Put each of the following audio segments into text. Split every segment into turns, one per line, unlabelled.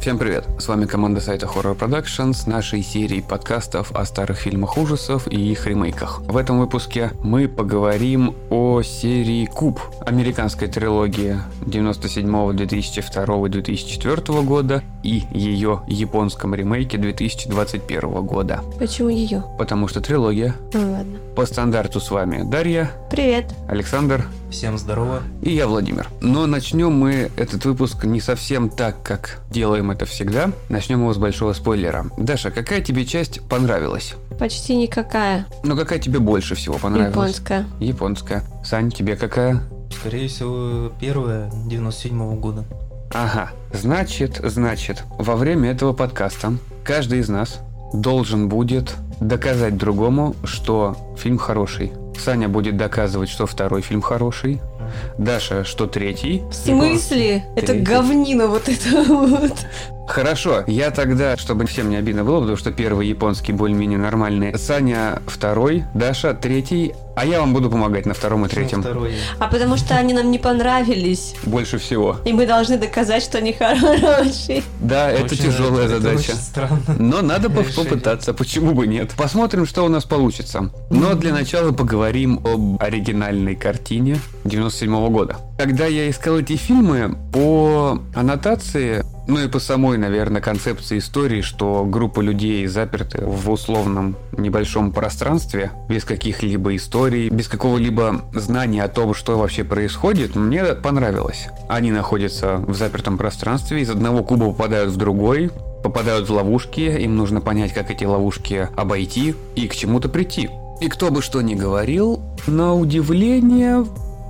Всем привет! С вами команда сайта Horror Production с нашей серией подкастов о старых фильмах ужасов и их ремейках. В этом выпуске мы поговорим о серии Куб, американской трилогии 97, 2002, 2004 года и ее японском ремейке 2021 года.
Почему ее?
Потому что трилогия
Ну ладно.
по стандарту с вами Дарья,
Привет.
Александр
Всем здорово.
и я Владимир. Но начнем мы этот выпуск не совсем так, как делаем это всегда. Начнем его с большого спойлера. Даша, какая тебе часть понравилась?
Почти никакая
Ну, какая тебе больше всего понравилась?
японская.
Японская. Сань, тебе какая?
Скорее всего, первое 97 года.
Ага. Значит, значит, во время этого подкаста каждый из нас должен будет доказать другому, что фильм хороший. Саня будет доказывать, что второй фильм хороший. Даша, что третий.
В смысле? Это
Третий.
говнина вот это вот.
Хорошо, я тогда, чтобы всем не обидно было, потому что первый японский более-менее нормальный, Саня второй, Даша третий, а я вам буду помогать на втором и
Почему
третьем
Ну, Второе.
А потому что они нам не понравились.
больше всего.
И мы должны доказать, что они хорошие.
Да, это
Очень-
тяжелая
это
задача.
очень странно.
Но надо по-
Решение.
попытаться, почему бы нет. Посмотрим, что у нас получится. Но для начала поговорим об оригинальной картине 97 года. Когда я искал эти фильмы, по аннотации, ну и по самой, наверное, концепции истории, что группа людей заперты в условном небольшом пространстве, без каких-либо историй, без какого-либо знания о том, что вообще происходит, мне понравилось. Они находятся в запертом пространстве, из одного куба попадают в другой, попадают в ловушки, им нужно понять, как эти ловушки обойти и к чему-то прийти. И кто бы что ни говорил, на удивление,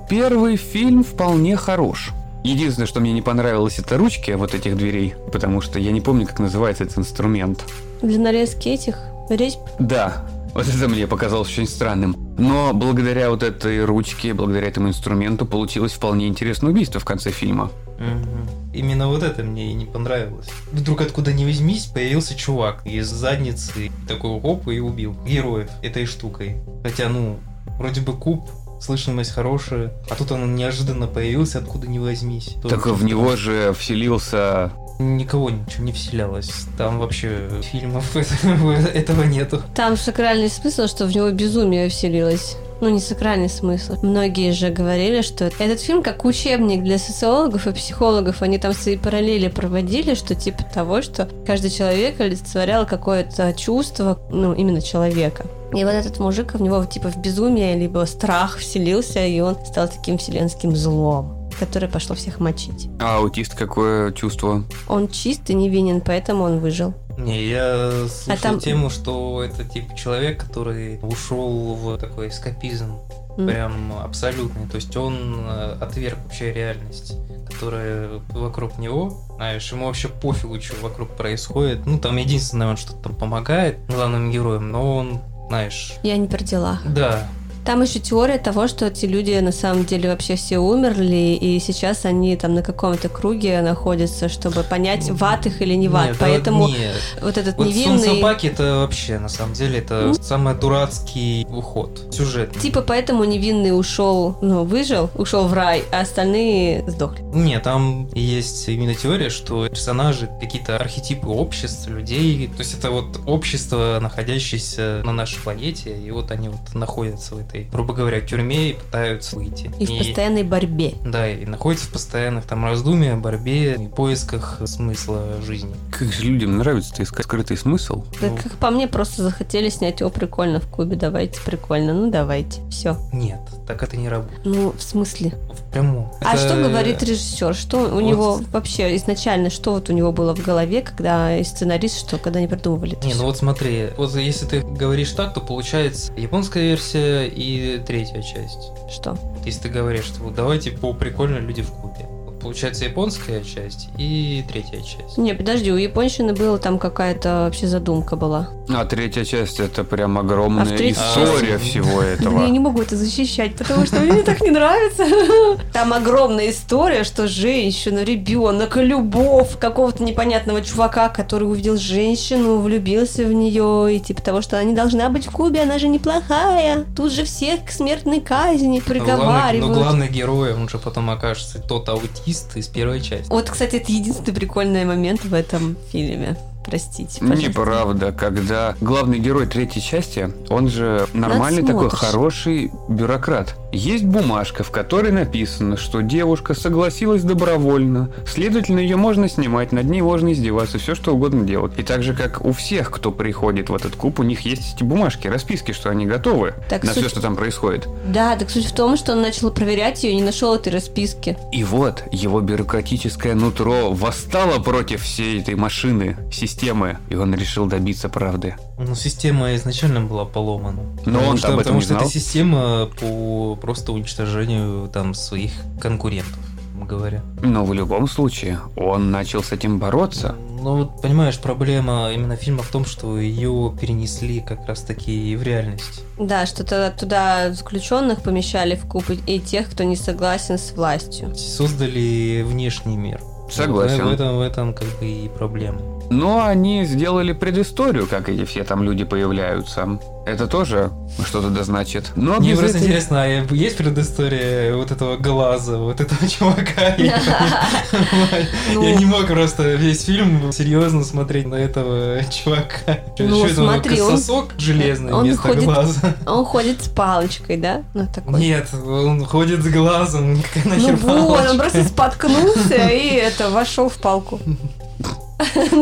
первый фильм вполне хорош. Единственное, что мне не понравилось, это ручки вот этих дверей, потому что я не помню, как называется этот инструмент.
Для нарезки этих речь
Да, вот это мне показалось очень странным. Но благодаря вот этой ручке, благодаря этому инструменту получилось вполне интересное убийство в конце фильма.
Мгм. Именно вот это мне и не понравилось. Вдруг откуда ни возьмись, появился чувак из задницы, такой хоп и убил героев этой штукой. Хотя, ну, вроде бы куб, слышимость хорошая, а тут он неожиданно появился, откуда ни возьмись. Тоже типа
Так в него же вселился
Никого ничего не вселялось. Там вообще фильмов этого нету.
Там сакральный смысл, что в него безумие вселилось. Ну, не сакральный смысл. Многие же говорили, что этот фильм как учебник для социологов и психологов. Они там свои параллели проводили, что типа того, что каждый человек олицетворял какое-то чувство, ну, именно человека. И вот этот мужик в него типа в безумие, либо страх вселился, и он стал таким вселенским злом, которое пошло всех мочить.
А аутист какое чувство?
Он чист и невинен, поэтому он выжил.
Не, я слышал
А там-
тему, что это типа человек, который ушел в такой эскапизм,
М.
прям абсолютный. То есть он э, отверг вообще реальность, которая вокруг него. Знаешь, ему вообще пофигу, что вокруг происходит. Ну, там единственное, он что-то там помогает главным героям, но он, знаешь,
Я не при делах.
да,
Там еще теория того, что эти люди на самом деле вообще все умерли, и сейчас они там на каком-то круге находятся, чтобы понять,
Ну,
ват их или не ват.
Нет, да
Поэтому
нет.
вот этот
Вот
невинный...
Солнцепаки это вообще, на самом деле, это самый дурацкий уход. Сюжет.
Типа поэтому невинный ушел, ну, выжил, ушел в рай, а остальные сдохли.
Не, там есть именно теория, что персонажи какие-то архетипы общества, людей. То есть это вот общество, находящееся на нашей планете, и вот они вот находятся в этой, грубо говоря, тюрьме и пытаются выйти.
И в постоянной борьбе.
Да, и находятся в постоянных там раздумьях, борьбе и поисках смысла жизни.
Как же людям нравится искать скрытый смысл?
Да,
Ну.
как по мне, просто захотели снять, о, прикольно, в Кубе, давайте, прикольно, ну давайте, все.
Нет, так это не работает.
Ну, в смысле?
В прямом.
А
Это-
что говорит режиссер? Что у
Вот.
него вообще изначально, что вот у него было в голове, когда и сценарист, что когда они придумывали это
Не,
всё?
ну вот смотри, вот если ты говоришь так, то получается японская версия и третья часть.
Что?
Если ты говоришь, что вот давайте по прикольно люди в кубе. Вот Получается японская часть и третья часть.
Не, подожди, у японщины была там какая-то вообще задумка была.
А третья часть это прям
А
огромная
в третьей
история
части-
всего
Я
этого.
не могу это защищать, потому что мне так не нравится. Там огромная история, что женщина, ребенок, любовь какого-то непонятного чувака, который увидел женщину, влюбился в нее, и типа того, что она не должна быть в Кубе, она же неплохая. Тут же всех к смертной казни
Но главный, но
приговаривают.
главный герой, он же потом окажется тот аутист, твист из первой части.
Вот, кстати, это единственный прикольный момент в этом фильме. Простите, пожалуйста.
Неправда, когда главный герой третьей части, он же нормальный такой
Надсмотрщик.
хороший бюрократ. Есть бумажка, в которой написано, что девушка согласилась добровольно, следовательно, ее можно снимать, над ней можно издеваться, все что угодно делать. И так же, как у всех, кто приходит в этот клуб, у них есть эти бумажки, расписки, что они готовы
Так,
на
суть-
все, что там происходит.
Да, так суть в том, что он начал проверять ее и не нашел этой расписки.
И вот его бюрократическое нутро восстало против всей этой машины, системы, и он решил добиться правды.
Ну, система изначально была поломана.
Но он-то об этом
потому
не
что
знал.
это система по просто уничтожению там своих конкурентов, говоря.
Но в любом случае, он начал с этим бороться.
Ну вот понимаешь, проблема именно фильма в том, что ее перенесли как раз таки и в реальность.
Да, что тогда туда заключенных помещали в куб и- и тех, кто не согласен с властью.
Создали внешний мир.
Согласен.
В этом, в этом как бы и проблема.
Но они сделали предысторию, как эти все там люди появляются. Это тоже что-то да значит. Но
Мне
без
просто
этой-
интересно, а есть предыстория вот этого глаза, вот этого чувака? Я не понимаю.
Ну.
Я не мог просто весь фильм серьезно смотреть на этого чувака.
Ну,
Чё это,
смотри, он-
сосок железный
он
вместо
ходит-
глаза.
А Он ходит с палочкой, да? Ну, такой.
Нет, он ходит с глазом, как
ну
нахер
вот, он
палочка.
просто споткнулся и это, вошел в палку.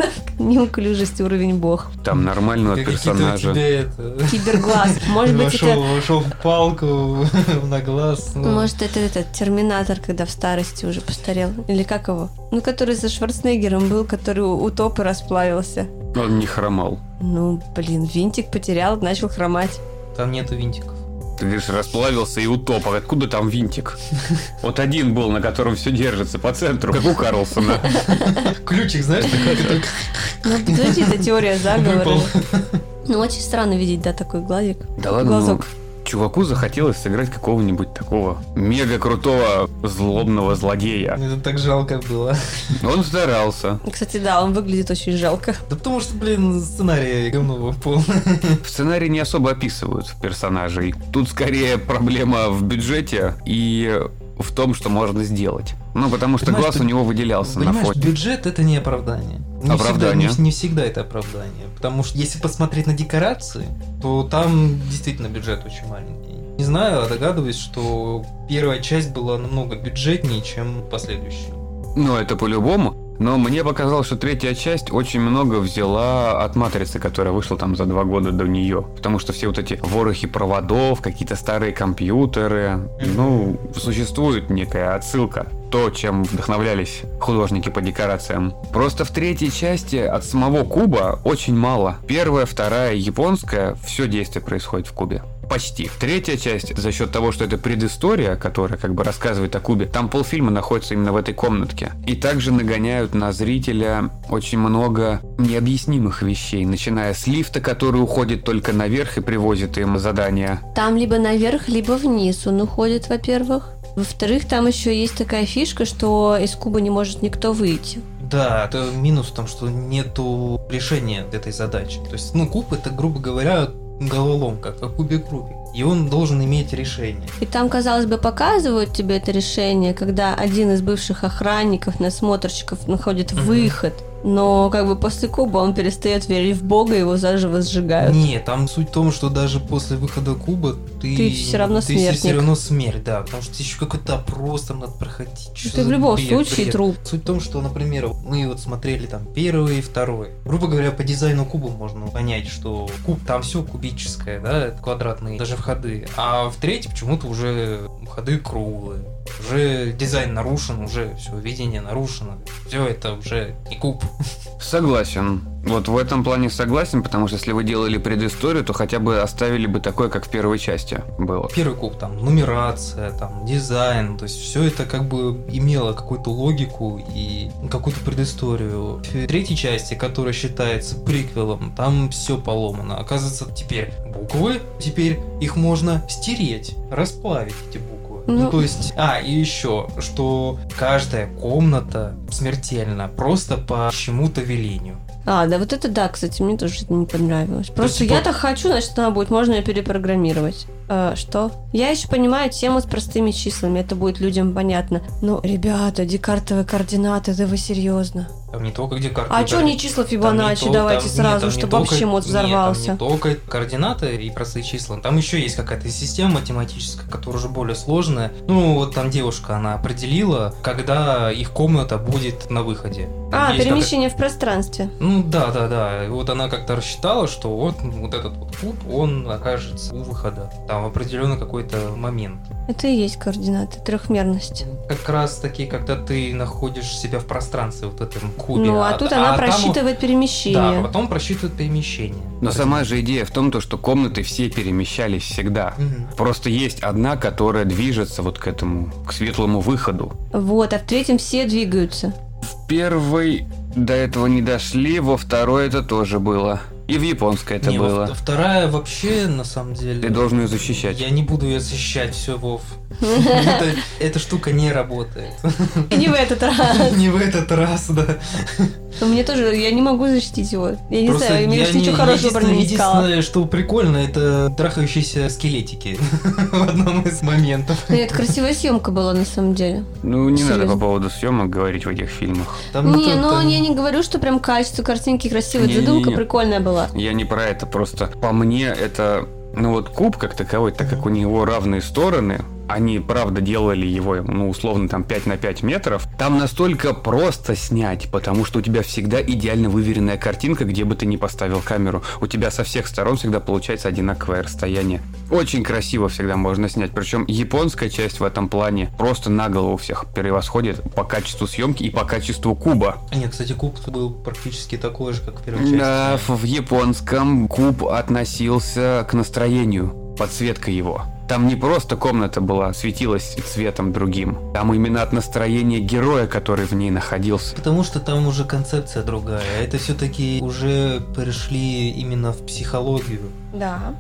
Неуклюжесть уровень бог.
Там нормального
Как какие-то у
персонажа.
тебя это-
Киберглаз. Может быть,
вошел,
это...
вошел в палку на глаз. ну.
Может, это этот терминатор, когда в старости уже постарел. Или как его? Ну, который за Шварценеггером был, который у- утоп и расплавился.
Он не хромал.
Ну, блин, винтик потерял, начал хромать.
Там нету винтиков.
Ты видишь, расплавился и утоп. А Откуда там винтик? Вот один был, на котором все держится, по центру, как у Карлсона.
Ключик, знаешь, такой, который
Ну, подожди, это теория заговора.
выпал.
Ну, очень странно видеть, да, такой глазик.
Да ладно, ну,
Глазок.
чуваку захотелось сыграть какого-нибудь такого мега крутого злобного злодея.
Это так жалко было.
Он старался.
Кстати, да, он выглядит очень жалко.
Да потому что, блин, сценарий говно полный.
В сценарии не особо описывают персонажей. Тут скорее проблема в бюджете и в том, что можно сделать. Ну, потому что
Понимаешь,
глаз
ты-
у него выделялся на
Понимаешь,
фоне.
бюджет это не оправдание. Не
Оправдание.
Всегда, не, не всегда это оправдание. Потому что если посмотреть на декорации, то там действительно бюджет очень маленький. Не знаю, а догадываюсь, что первая часть была намного бюджетнее, чем последующая.
Ну, это по-любому. Но мне показалось, что третья часть очень много взяла от «Матрицы», которая вышла там за два года до нее. Потому что все вот эти ворохи проводов, какие-то старые компьютеры.
Мгм.
Ну, существует некая отсылка. То, чем вдохновлялись художники по декорациям. Просто в третьей части от самого Куба очень мало. Первая, вторая, японская, все действие происходит в Кубе. Почти. Третья часть, за счет того, что это предыстория, которая как бы рассказывает о Кубе, там полфильма находится именно в этой комнатке. И также нагоняют на зрителя очень много необъяснимых вещей, начиная с лифта, который уходит только наверх и привозит им задания.
Там либо наверх, либо вниз он уходит, во-первых. Во-вторых, там еще есть такая фишка, что из Кубы не может никто выйти.
Да, это минус в том, что нету решения этой задачи. То есть, ну, куб это, грубо говоря, головоломка, как кубик Рубик. И он должен иметь решение.
И там, казалось бы, показывают тебе это решение, когда один из бывших охранников, насмотрщиков находит
Мгм.
выход. Но как бы после Куба он перестает верить в Бога, его заживо сжигают.
Не, там суть в том, что даже после выхода Куба ты...
Ты всё равно
ты всё-
смертник.
всё равно смерть, да. Потому что еще какой-то опрос там надо проходить. чё
Ну, Ты
за
в любом
бред,
случае
бред.
труп.
Суть в том, что, например, мы вот смотрели там первый и второй. Грубо говоря, по дизайну куба можно понять, что куб там все кубическое, да, это квадратные даже входы. А в третий почему-то уже входы круглые. Уже дизайн нарушен, уже все, видение нарушено. Все это уже не куб.
Согласен. Вот в этом плане согласен, потому что если вы делали предысторию, то хотя бы оставили бы такое, как в первой части было.
Первый куб там нумерация, там дизайн, то есть все это как бы имело какую-то логику и какую-то предысторию. В третьей части, которая считается приквелом, там все поломано. Оказывается, теперь буквы, теперь их можно стереть, расплавить эти буквы. Ну,
Ну.
то есть, а, и еще, что каждая комната смертельна просто по чему-то велению.
А, да, вот это да, кстати, мне тоже это не понравилось. Просто
типа-
я так хочу, значит, она будет, можно ее перепрограммировать. э, что? Я еще понимаю тему с простыми числами, это будет людям понятно. Но, ребята, декартовые координаты, да вы серьезно?
Там не только где карты.
А что не числа Фибоначчи, давайте сразу, чтобы вообще мозг взорвался.
не только координаты и простые числа. Там еще есть какая-то система математическая, которая уже более сложная. Ну, вот там девушка, она определила, когда их комната будет на выходе. Там
А,
есть какая-
перемещение в пространстве.
Ну да, да, да. И вот она как-то рассчитала, что вот, вот этот вот куб, он окажется у выхода. Там в определенный какой-то момент.
Это и есть координаты, трехмерность.
Как раз таки, когда ты находишь себя в пространстве, вот этом кубе.
Ну, а тут она
там
просчитывает
вот- Да,
перемещение.
потом просчитывает перемещение.
Но сама же идея в том, то, что комнаты все перемещались всегда.
Мгм.
Просто есть одна, которая движется вот к этому, к светлому выходу.
Вот, а в третьем все двигаются.
В первой до этого не дошли, во второй это тоже было. И в японской это
Не, во-
было.
вторая вообще, на самом деле...
Ты должен ее защищать.
Я не буду ее защищать, все, Вов. Это- Эта штука не работает.
И не в этот раз.
Не в этот раз, да.
Но Мне тоже, я не могу защитить его. Я не
Просто
знаю,
я
я
не-
ничего хорошего про
единственное-
него не искала.
Единственное, что прикольно, это трахающиеся скелетики в одном из моментов.
Ну, это красивая съемка была на самом деле.
Ну, не надо
Серьезно.
по поводу съемок говорить в этих фильмах.
Там
Не,
то-
ну
там-
я не говорю, что прям качество картинки красивое,
Не-не-не.
задумка прикольная была.
Я не про это, просто по мне это... Ну вот куб как таковой, так как у него равные стороны, они, правда, делали его, ну, условно, там 5 на 5 метров, там настолько просто снять, потому что у тебя всегда идеально выверенная картинка, где бы ты ни поставил камеру. У тебя со всех сторон всегда получается одинаковое расстояние. Очень красиво всегда можно снять. Причем японская часть в этом плане просто на голову всех превосходит по качеству съемки и по качеству куба.
Не, А кстати, куб был практически такой же, как в первой части.
Да, Э, в в японском куб относился к настроению, подсветка его. Там не просто комната была, светилась цветом другим. Там именно от настроения героя, который в ней находился.
Потому что там уже концепция другая. а Это все-таки уже пришли именно в психологию.
Да.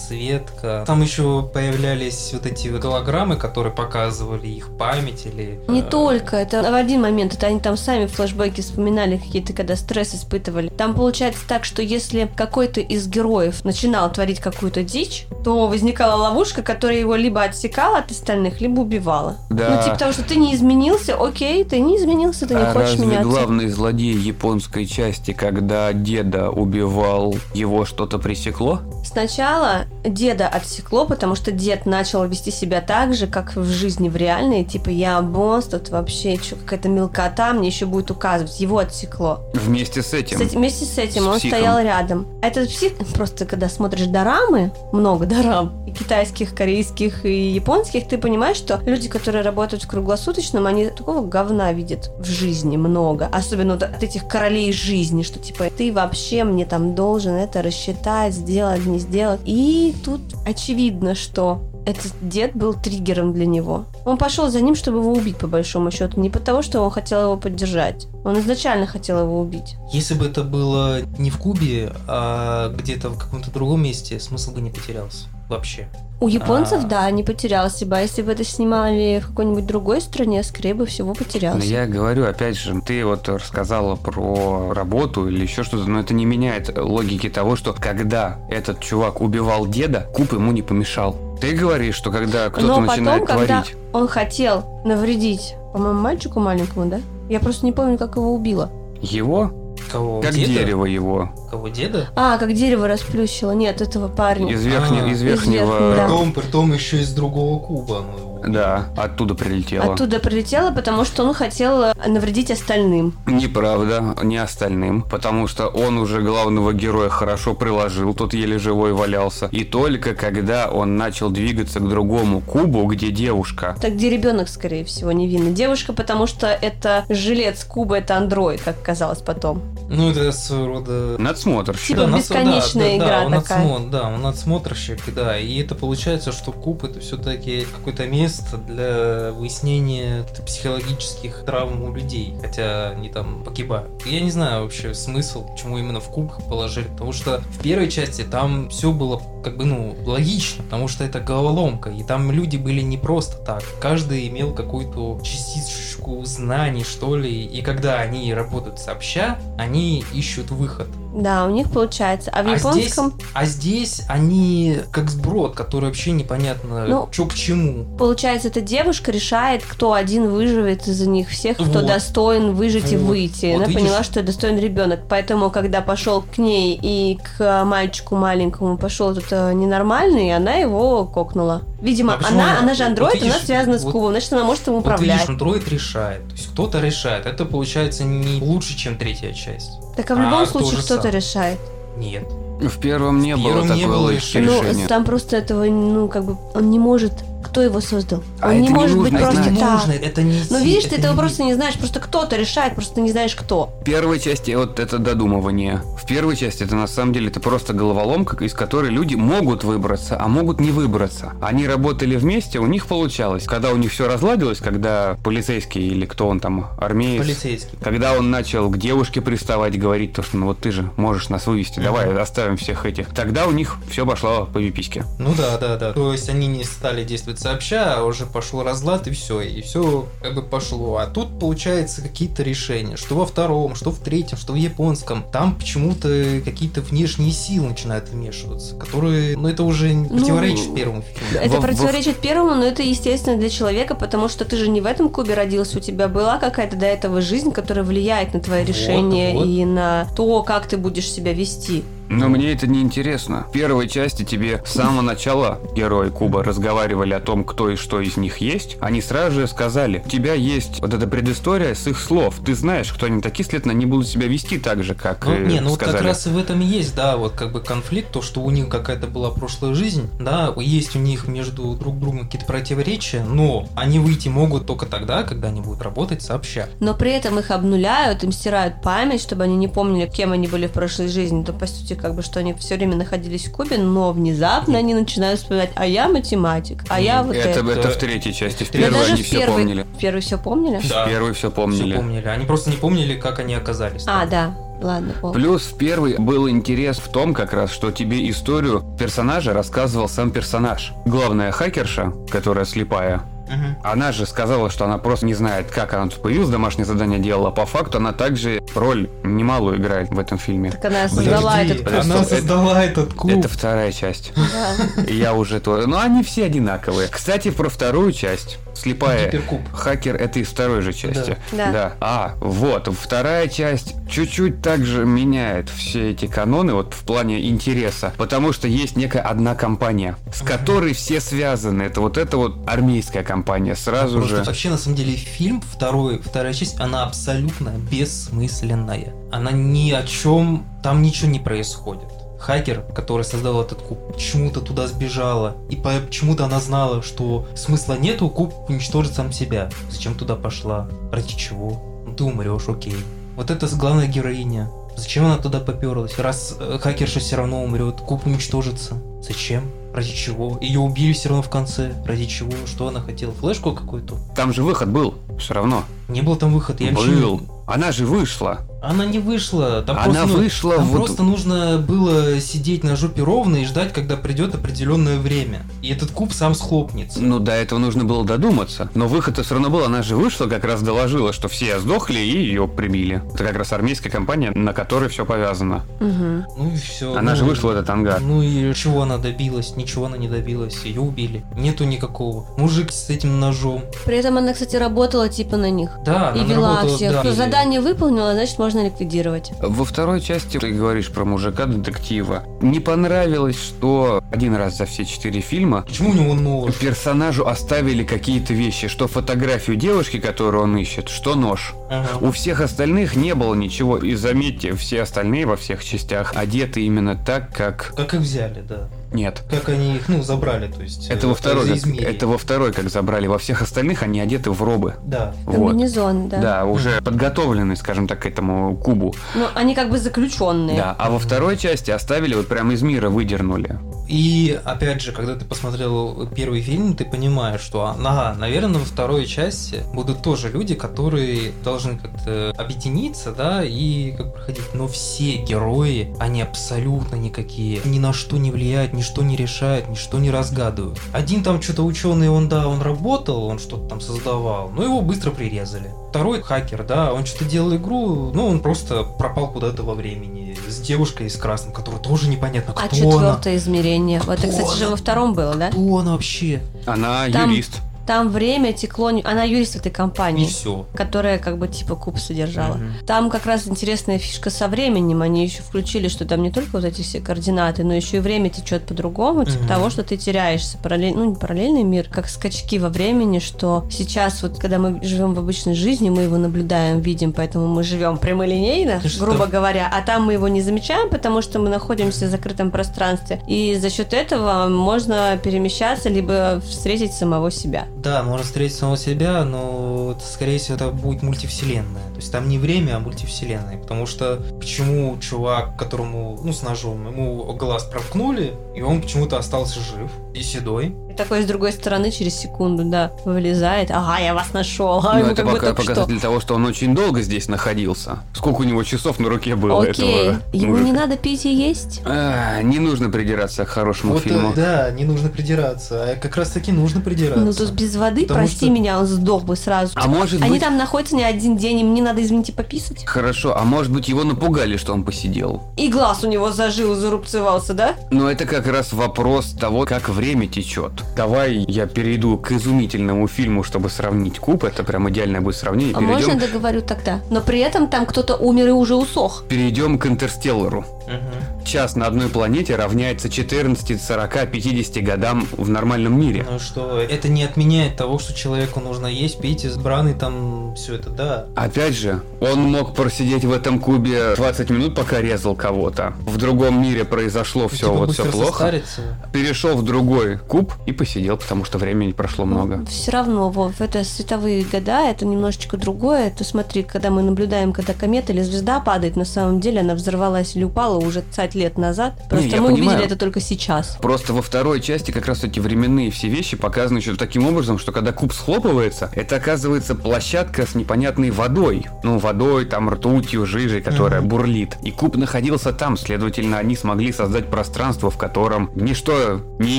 Подсветка. Там еще появлялись вот эти вот голограммы, которые показывали их память или...
Не
э,
только, это в один момент, это они там сами флешбеки вспоминали какие-то, когда стресс испытывали. Там получается так, что если какой-то из героев начинал творить какую-то дичь, то возникала ловушка, которая его либо отсекала от остальных, либо убивала.
Да.
Ну, типа того, что ты не изменился, окей, ты не изменился, ты не
а
хочешь
разве
меняться.
главный злодей японской части, когда деда убивал, его что-то пресекло?
Сначала деда отсекло, потому что дед начал вести себя так же, как в жизни в реальной. Типа, я босс, тут вообще чё, какая-то мелкота, мне еще будет указывать. Его отсекло.
Вместе с этим.
Кстати, вместе с этим
С
он
психом.
стоял рядом. А Этот псих, просто когда смотришь дорамы, много дорам, и китайских, корейских, и японских, ты понимаешь, что люди, которые работают в круглосуточном, они такого говна видят в жизни много. Особенно вот от этих королей жизни, что типа ты вообще мне там должен это рассчитать, сделать, не сделать. И тут очевидно, что этот дед был триггером для него. Он пошел за ним, чтобы его убить, по большому счету. Не потому, что он хотел его поддержать. Он изначально хотел его убить.
Если бы это было не в Кубе, а где-то в каком-то другом месте, смысл бы не потерялся. Вообще.
У японцев,
А.
да, не потерял себя. Если бы это снимали в какой-нибудь другой стране, скорее бы всего
Но
потерялся.
Ну, я говорю, опять же, ты вот рассказала про работу или еще что-то, но это не меняет логики того, что когда этот чувак убивал деда, куб ему не помешал. Ты говоришь, что когда кто-то
Но
начинает
потом, когда
творить,
он хотел навредить, по-моему, мальчику маленькому, да? Я просто не помню, как его убило.
его,
Кого?
как
деда?
дерево его,
Кого деда?
А, как дерево расплющило. Нет, этого парня.
из, верхне-
А,
из
из
верхнего...
верхнего,
Да.
Притом, притом еще из другого Куба. ну, его.
оттуда прилетело.
Оттуда прилетело, потому что он хотел э, навредить остальным.
Неправда, не остальным, потому что он уже главного героя хорошо приложил, тот еле живой валялся. И только когда он начал двигаться к другому кубу, где девушка,
Так где ребенок, скорее всего, невинный. Девушка, потому что это жилец Куба, это андроид, как казалось потом.
Ну, это своего рода...
Надсмотрщик.
Типа
нас-
бесконечная игра
он
такая.
отсмо- да, он отсмотрщик, да. И это получается, что Куб это все-таки какое-то место для выяснения психологических травм у людей, хотя они там погибают. Я не знаю вообще смысл, почему именно в Куб положили, потому что в первой части там все было как бы, ну, логично, потому что это головоломка, и там люди были не просто так. Каждый имел какую-то частичку знаний, что ли, и когда они работают сообща, они ищут выход.
Да, у них получается. А в
а, здесь,
японском
а здесь они как сброд, который вообще непонятно,
Ну,
что к чему.
получается, эта девушка решает, кто один выживет из них всех, кто
Вот.
достоин выжить и
Вот.
выйти.
Вот
Она
видишь?
поняла, что достоин ребенок. Поэтому, когда пошел к ней и к э, мальчику маленькому пошел этот э, ненормальный, она его кокнула. Видимо,
А почему
она,
она-
она же
вот
андроид, она
видишь,
связана с
вот-
кубом, значит, она может им
Вот видишь,
управлять.
андроид решает. То есть кто-то решает. Это получается не лучше, чем третья часть.
так а в
а
любом
то
случае
же
кто-то
самое.
решает.
Нет.
В первом не
В
было
первом не
такой
было
логики
решения.
решения.
Ну, там просто этого, ну, как бы, он не может. Кто его создал?
А
он
это
не
не
может быть
нужно
просто
знать.
не
так.
нужно, это не
Ну,
идти,
видишь, ты этого
не-
просто не знаешь, просто кто-то решает, просто ты не знаешь, кто.
В первой части вот это додумывание. В первой части это на самом деле это просто головоломка, из которой люди могут выбраться, а могут не выбраться. Они работали вместе, у них получалось. Когда у них все разладилось, когда полицейский или кто он там, армеец,
Полицейский.
когда он начал к девушке приставать, говорить то, что ну вот ты же можешь нас вывести, давай
Мгм.
оставим всех этих. Тогда у них все пошло по пипиське.
Ну да, да, да. То есть они не стали действовать сообща, а уже пошел разлад и все. И все как бы пошло. А тут получается какие-то решения. Что во втором, что в третьем, что в японском. Там почему-то какие-то внешние силы начинают вмешиваться, которые, ну это уже не
Ну,
противоречит первому фильму.
да.
Это
Во- во-
противоречит первому, но это естественно для человека, потому что ты же не в этом кубе родился, у тебя была какая-то до этого жизнь, которая влияет на твои
Вот,
решения
вот.
и на то, как ты будешь себя вести.
Но мне это не интересно. В первой части тебе с самого начала герои Куба разговаривали о том, кто и что из них есть. Они сразу же сказали, у тебя есть вот эта предыстория с их слов. Ты знаешь, кто они такие, следовательно, они будут себя вести так же, как
Ну,
э,
не, ну вот
сказали.
как раз и в этом и есть, да, вот как бы конфликт, то, что у них какая-то была прошлая жизнь, да, есть у них между друг другом какие-то противоречия, но они выйти могут только тогда, когда они будут работать сообща.
Но при этом их обнуляют, им стирают память, чтобы они не помнили, кем они были в прошлой жизни. То, по сути, как бы, что они все время находились в Кубе, но внезапно они начинают вспоминать, а я математик, а я вот
это,
это.
это,
это-
в третьей части. В
Да
Да
первой
даже
они
в
все
первой-
помнили.
В первой все помнили?
Да.
В первой все
Все
помнили.
помнили. Они просто не помнили, как они оказались.
А,
там.
да. Ладно, помню.
Плюс в первый был интерес в том как раз, что тебе историю персонажа рассказывал сам персонаж. Главная хакерша, которая слепая,
А,
Мгм.
Она же сказала, что она просто не знает, как она тут появилась, домашнее задание делала. По факту она также роль немалую играет в этом фильме.
Так она создала
Подожди,
этот...
это-
она
это-
создала этот клуб.
Это вторая часть.
Да.
Я уже то. Но они все одинаковые. Кстати, про вторую часть. Слепая.
Гиперкуб.
Хакер это из второй же части.
Да. Да.
А, вот, вторая часть чуть-чуть также меняет все эти каноны вот в плане интереса, потому что есть некая одна компания, с которой все связаны. Это вот эта вот армейская компания сразу
Просто
же.
вообще, на самом деле, фильм, второй, вторая часть, она абсолютно бессмысленная. Она ни о чем, там ничего не происходит. Хакер, который создал этот куб, почему-то туда сбежала. И почему-то она знала, что смысла нету, куб уничтожит сам себя. Зачем туда пошла? Ради чего? Ну, Ты умрешь, окей. Вот это с- главная героиня. Зачем она туда поперлась? Раз э, хакерша все равно умрет, куб уничтожится. Зачем? Ради чего? Ее убили все равно в конце. Ради чего? Что она хотела? Флешку какую-то?
Там же выход был, все равно.
Не был там выход. Я вообще
Был.
не-
Она же вышла.
Она не вышла. Там
Она
просто, ну,
вышла
там
вот-
просто нужно было сидеть на жопе ровно и ждать, когда придет определенное время. И этот куб сам схлопнется.
Ну, до этого нужно было додуматься. Но выход-то все равно был. Она же вышла, как раз доложила, что все сдохли и ее прибили. Это как раз армейская компания, на которой все повязано.
Мгм.
Ну и все.
Она же вышла в этот ангар.
Ну и чего она добилась? Ничего она не добилась. Ее убили. Нету никакого. Мужик с этим ножом.
При этом она, кстати, работала типа на них.
Да,
и
она
вела
работала-
всех.
да.
Кто задание выполнила, значит, можно ликвидировать.
Во второй части ты говоришь про мужика-детектива. Не понравилось, что один раз за все четыре фильма
Почему у него нож?
персонажу оставили какие-то вещи, что фотографию девушки, которую он ищет, что нож.
Ага.
У всех остальных не было ничего, и заметьте, все остальные во всех частях одеты именно так, как
Как их взяли, да.
нет.
Как они их, ну, забрали, то есть.
Это во
э,
второй,
из
как,
измерения.
это во второй, как забрали. Во всех остальных они одеты в робы.
Да.
Вот.
Комбинезон, да.
Да. уже подготовлены, скажем так, к этому кубу.
Ну, они как бы заключенные.
Да. А во второй части оставили, вот прям из мира выдернули.
И опять же, когда ты посмотрел первый фильм, ты понимаешь, что ага, наверное, во второй части будут тоже люди, которые должны как-то объединиться, да, и как проходить. Но все герои, они абсолютно никакие, ни на что не влияют, ничто не решают, ничто не разгадывают. Один там что-то ученый, он да, он работал, он что-то там создавал, но его быстро прирезали. Второй хакер, да, он что-то делал игру, ну он просто пропал куда-то во времени с девушка из красного, которая тоже непонятно, кто
А
она.
четвертое измерение. Вот это, кстати, же во втором было, да?
Кто она вообще?
Она
Там-
юрист.
Там время текло... не- Она юрист этой
И
компании,
все.
которая как бы типа куб содержала.
Мгм.
Там как раз интересная фишка со временем. Они еще включили, что там не только вот эти все координаты, но еще и время течет по-другому, типа
Мгм.
того, что ты теряешься. Параллель... Ну, не параллельный мир, как скачки во времени, что сейчас вот, когда мы живем в обычной жизни, мы его наблюдаем, видим, поэтому мы живем прямолинейно,
Ты что?
грубо говоря, а там мы его не замечаем, потому что мы находимся в закрытом пространстве. И за счет этого можно перемещаться, либо встретить самого себя.
Да, можно встретить самого себя, но это, скорее всего это будет мультивселенная. То есть там не время, а мультивселенная. Потому что почему чувак, которому, ну, с ножом, ему глаз проткнули, и он почему-то остался жив и седой.
И такой с другой стороны через секунду, да, вылезает. Ага, я вас нашел. А
Но
ему
Ну, это
как бы
пока
только что.
показатель того, что он очень долго здесь находился. Сколько у него часов на руке было
Окей,
этого
ему не
мужика.
надо пить и есть.
А, не нужно придираться к хорошему
Вот,
фильму.
э, да, не нужно придираться. А как раз таки нужно придираться.
Ну тут без воды,
Потому
прости
что-
меня, он сдох бы сразу.
А может
Они
быть...
там находятся не один день, им не надо, извините, пописать.
Хорошо, а может быть его напугали, что он посидел?
И глаз у него зажил, зарубцевался, да?
Но это как раз вопрос того, как время течет. Давай я перейду к изумительному фильму, чтобы сравнить куб. Это прям идеальное будет сравнение.
А
перейдем,
можно договорю тогда? Но при этом там кто-то умер и уже усох.
перейдем к интерстеллару.
Мгм.
Час на одной планете равняется 14, 40, 50 годам в нормальном мире.
Ну что, это не отменяет того, что человеку нужно есть, пить, из браны, там все это, да.
Опять же, он мог просидеть в этом кубе 20 минут, пока резал кого-то. В другом мире произошло все
Типа
вот
быстро
все плохо.
состарится.
Перешел в другой куб и посидел, потому что времени прошло много.
Все Ну, равно, Вов, это световые года, это немножечко другое. Ты смотри, когда мы наблюдаем, когда комета или звезда падает, на самом деле она взорвалась или упала уже 20 лет назад. Просто
я
мы
понимаю.
увидели это только сейчас.
Просто во второй части как раз эти временные все вещи показаны еще таким образом, что когда куб схлопывается, это оказывается площадка с непонятной водой. Ну, водой, там, ртутью, жижей, которая
Мгм.
бурлит. И куб находился там, следовательно, они смогли создать пространство, в котором ничто не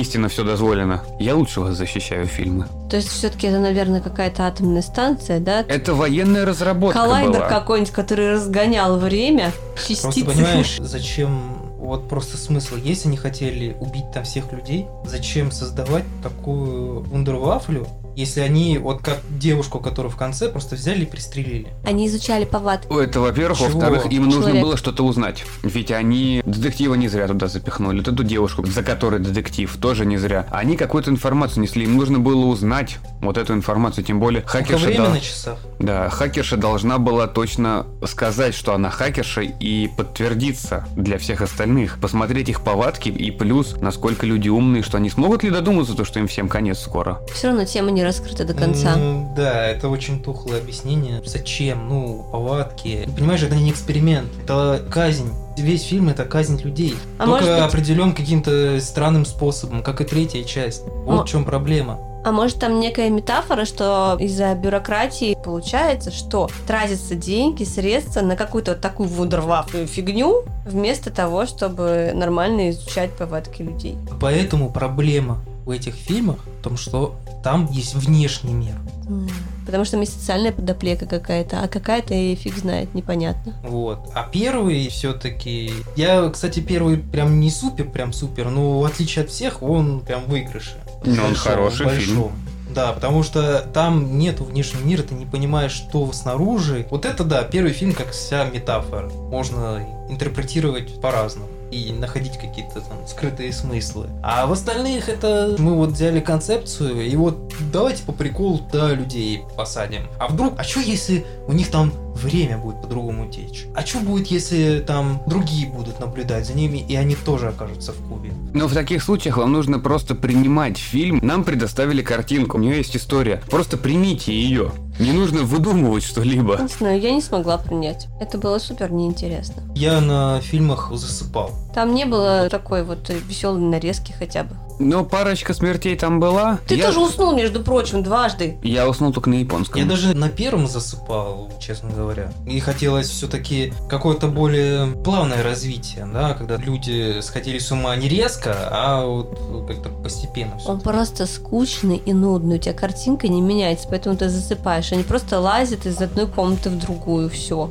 истинно все дозволено. Я лучше вас защищаю фильмы.
То есть все-таки это, наверное, какая-то атомная станция, да?
Это военная разработка
Коллайдер
Э, была.
какой-нибудь, который разгонял время,
Просто
частицы.
понимаешь, зачем вот просто смысл. Если не хотели убить там всех людей, зачем создавать такую вундервафлю, если они вот как девушку, которую в конце просто взяли и пристрелили.
Они изучали повадки.
О, Это, во-первых.
Чего?
Во-вторых, им нужно
Человек.
было что-то узнать. Ведь они детектива не зря туда запихнули. Вот эту девушку, за которой детектив, тоже не зря. Они какую-то информацию несли. Им нужно было узнать вот эту информацию. Тем более,
Только
хакерша,
время
дол-
на часах.
да, хакерша должна была точно сказать, что она хакерша, и подтвердиться для всех остальных. Посмотреть их повадки и плюс, насколько люди умные, что они смогут ли додуматься, то, что им всем конец скоро.
Все равно тема не раскрыта до конца.
Ну, да, это очень тухлое объяснение. Зачем? Ну, повадки. Ну, Понимаешь, это не эксперимент, это казнь. Весь фильм это казнь людей.
А
Только
может быть-
определен каким-то странным способом, как и третья часть. Вот
А-
в чем проблема.
А может там некая метафора, что из-за бюрократии получается, что тратятся деньги, средства на какую-то вот такую вундервафную фигню, вместо того, чтобы нормально изучать повадки людей.
Поэтому проблема у этих фильмов в том, что там есть внешний мир.
Потому что там есть социальная подоплека какая-то, а какая-то и фиг знает, непонятно.
Вот. А первый все-таки... Я, кстати, первый прям не супер, прям супер, но в отличие от всех, он прям выигрыше.
Ну, он хороший фильм.
Да, потому что там нету внешнего мира, ты не понимаешь, что снаружи. Вот это, да, первый фильм как вся метафора. Можно интерпретировать по-разному и находить какие-то там скрытые смыслы. А в остальных это мы вот взяли концепцию и вот давайте по приколу да, людей посадим. А вдруг, а что если у них там время будет по-другому течь? А что будет, если там другие будут наблюдать за ними и они тоже окажутся в кубе?
Но в таких случаях вам нужно просто принимать фильм. Нам предоставили картинку, у нее есть история. Просто примите ее. Не нужно выдумывать что-либо.
Не знаю, я не смогла принять. Это было супер неинтересно.
Я на фильмах засыпал.
Там не было такой вот веселой нарезки хотя бы.
Но парочка смертей там была.
Ты
я...
тоже уснул, между прочим, дважды.
Я уснул только на
Я
японском.
даже на первом засыпал, честно говоря. И хотелось все-таки какое-то более плавное развитие, да, когда люди сходили с ума не резко, а вот как-то постепенно все.
Он просто скучный и нудный. У тебя а картинка не меняется, поэтому ты засыпаешь. Они просто лазят из одной комнаты в другую. Все.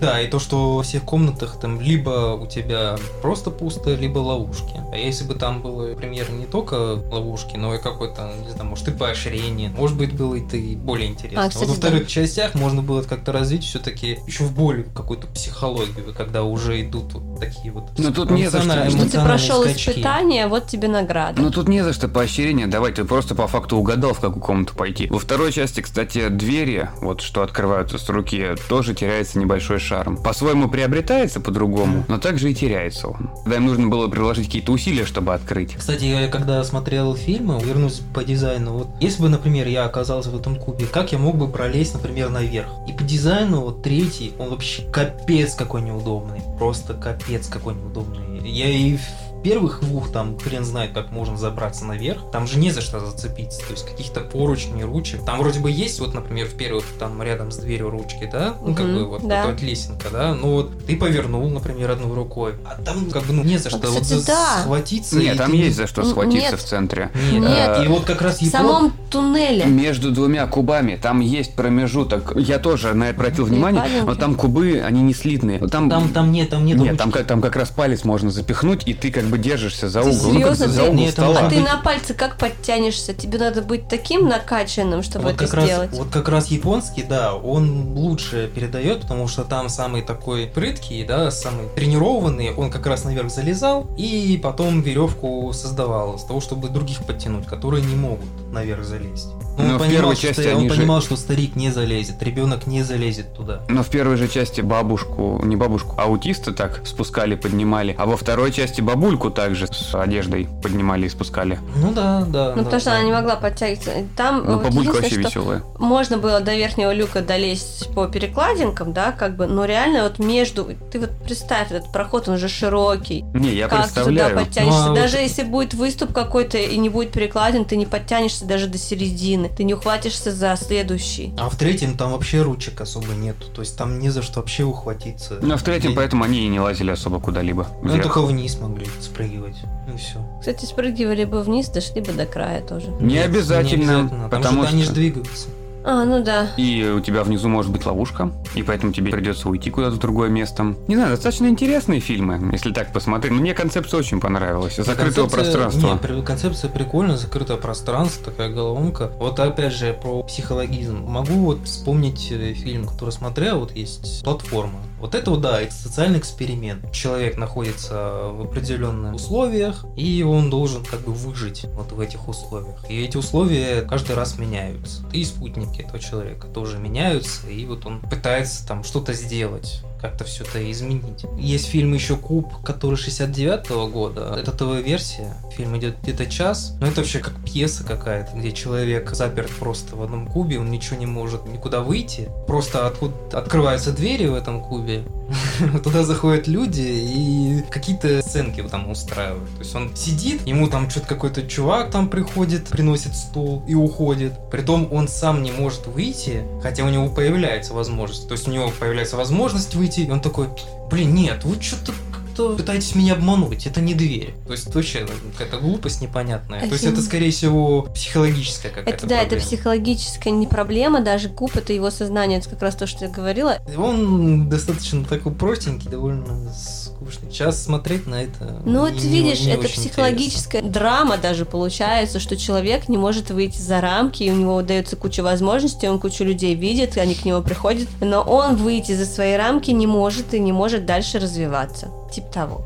Да, и то, что во всех комнатах там либо у тебя просто пусто, либо ловушки. А если бы там было, например, не только ловушки, но и какой-то, не знаю, может, и поощрение. Может быть, было это и более интересно.
А, кстати,
вот во
да.
вторых частях можно было как-то развить все-таки еще в более какую-то психологию, когда уже идут вот такие вот
Но тут не за что.
эмоционально-
Что ты
эмоциональные
прошел
скачки.
испытание, вот тебе награда.
Ну тут не за что поощрение давать, ты просто по факту угадал, в какую комнату пойти. Во второй части, кстати, двери, вот что открываются с руки, тоже теряется небольшой шарм. По-своему приобретается по-другому, но также и теряется он. Когда им нужно было приложить какие-то усилия, чтобы открыть.
Кстати, я когда смотрел фильмы, вернусь по дизайну, вот если бы, например, я оказался в этом кубе, как я мог бы пролезть, например, наверх? И по дизайну вот третий, он вообще капец какой неудобный. Просто капец какой неудобный. Я и в первых двух там хрен знает, как можно забраться наверх. Там же не за что зацепиться. То есть каких-то поручней, ручек. Там вроде бы есть, вот, например, в первых там рядом с дверью ручки, да? Ну, как
Мгм,
бы вот,
да.
вот лесенка, да? Ну вот ты повернул, например, одной рукой. А там как бы ну, не за что вот
кстати,
за-
да.
схватиться.
Нет,
и
там
ты не
есть за что
М,
схватиться
нет.
в центре.
нет,
Нет.
и типа вот как раз
В
Япон-
самом туннеле.
Между двумя кубами там есть промежуток. Я тоже на это обратил внимание, но
Маленький.
там кубы, они не слитные. Там,
Там, там нет, там нет.
нет, там
ручки.
как, там как раз палец можно запихнуть, и ты как бы держишься за
Ты
угол. Ну, как
серьезно?
за
Ты-
угол
Нет, это
стола.
А ты
быть-
на пальцы как подтянешься? Тебе надо быть таким накачанным, чтобы
вот
это
как, раз,
сделать. Ну,
вот как раз японский, да, он лучше передает, потому что там самый такой прыткий, да, самый тренированный, он как раз наверх залезал и потом веревку создавал с того, чтобы других подтянуть, которые не могут наверх залезть. Ну,
Но в
он понимал,
первой
что,
части
он
они же-
понимал, что старик не залезет, ребенок не залезет туда.
Но в первой же части бабушку, не бабушку, а аутиста так спускали, поднимали. А во второй части бабульку также с одеждой поднимали и спускали.
Ну да, да.
Ну,
да,
потому что
да.
она не могла подтягиваться. Там
Ну,
А вот
бабулька вообще
единственное, что
веселая.
можно было до верхнего люка долезть по перекладинкам, да, как бы, но реально вот между... Ты вот представь, этот проход, он же широкий.
Не, я
как ты туда
представляю.
подтянешься?
Ну, а
даже
вот-
если будет выступ какой-то и не будет перекладин, ты не подтянешься даже до середины. Ты не ухватишься за следующий.
А в третьем там вообще ручек особо нету, то есть там не за что вообще ухватиться.
Но в третьем,
Где-
поэтому они и не лазили особо куда-либо.
Ну,
вверх.
только вниз могли спрыгивать. Ну, и все.
Кстати, спрыгивали бы вниз, дошли бы до края тоже.
Не обязательно, потому
потому что... они же
что-
двигаются.
А, ну да.
И у тебя внизу может быть ловушка, и поэтому тебе придется уйти куда-то в другое место. Не знаю, достаточно интересные фильмы, если так посмотреть. Мне концепция очень понравилась. Закрытого
Концепция-
пространства.
не, при- концепция прикольная, закрытое пространство, такая головоломка. Вот опять же про психологизм. Могу вот вспомнить э, фильм, который смотрел, вот есть платформа. Вот это, вот, да, это социальный эксперимент. Человек находится в определенных условиях, и он должен как бы выжить вот в этих условиях. И эти условия каждый раз меняются. И спутники этого человека тоже меняются, и вот он пытается там что-то сделать как-то все это изменить. Есть фильм еще Куб, который 69 года. Это ТВ-версия. Фильм идет где-то час. Но это вообще как пьеса какая-то, где человек заперт просто в одном кубе, он ничего не может никуда выйти. Просто откуда открываются двери в этом кубе, туда заходят люди и какие-то сценки его там устраивают. То есть он сидит, ему там что-то какой-то чувак там приходит, приносит стул и уходит. Притом он сам не может выйти, хотя у него появляется возможность. То есть у него появляется возможность выйти, и он такой, блин, нет, вы что-то как-то пытаетесь меня обмануть, это не дверь. То есть вообще ну, какая-то глупость непонятная. То есть
Афина.
это, скорее всего, психологическая какая-то
А Это да, это
проблема.
психологическая не проблема, даже губ это его сознание, это как раз то, что я говорила.
Он достаточно такой простенький, довольно скучный. Сейчас смотреть на это.
Ну,
не-
вот
не-
видишь,
не
это
очень интересно.
психологическая драма даже получается, что человек не может выйти за рамки, и у него дается куча возможностей, он кучу людей видит, и они к нему приходят, но он выйти за свои рамки не может и не может дальше развиваться. Тип того.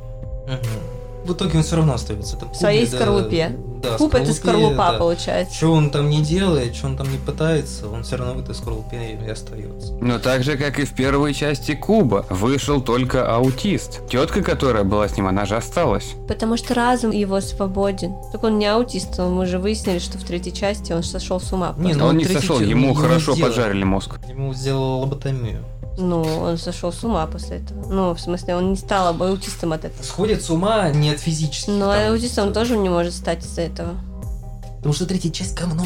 Мгм. В итоге он все равно остается. там в
своей
кубе, да,
скорлупе.
Да,
Куб это скорлупа
да.
получается.
Что он там не делает, что он там не пытается, он все равно в этой скорлупе и остается.
Но так же, как и в первой части Куба, вышел только аутист. Тетка, которая была с ним, она же осталась.
Потому что разум его свободен. Так он не аутист, он- мы уже выяснили, что в третьей части он сошел с ума.
Не,
Но
ну
он не
третий
сошел,
человек,
ему
ну,
хорошо
сделал.
поджарили мозг.
Ему сделал лоботомию.
Ну, он сошел с ума после этого. Ну, в смысле, он не стал об- аутистом от этого.
Сходит с ума не от физических.
Но
там,
аутистом Ну, а тоже не может стать из-за этого.
Потому что третья часть говно.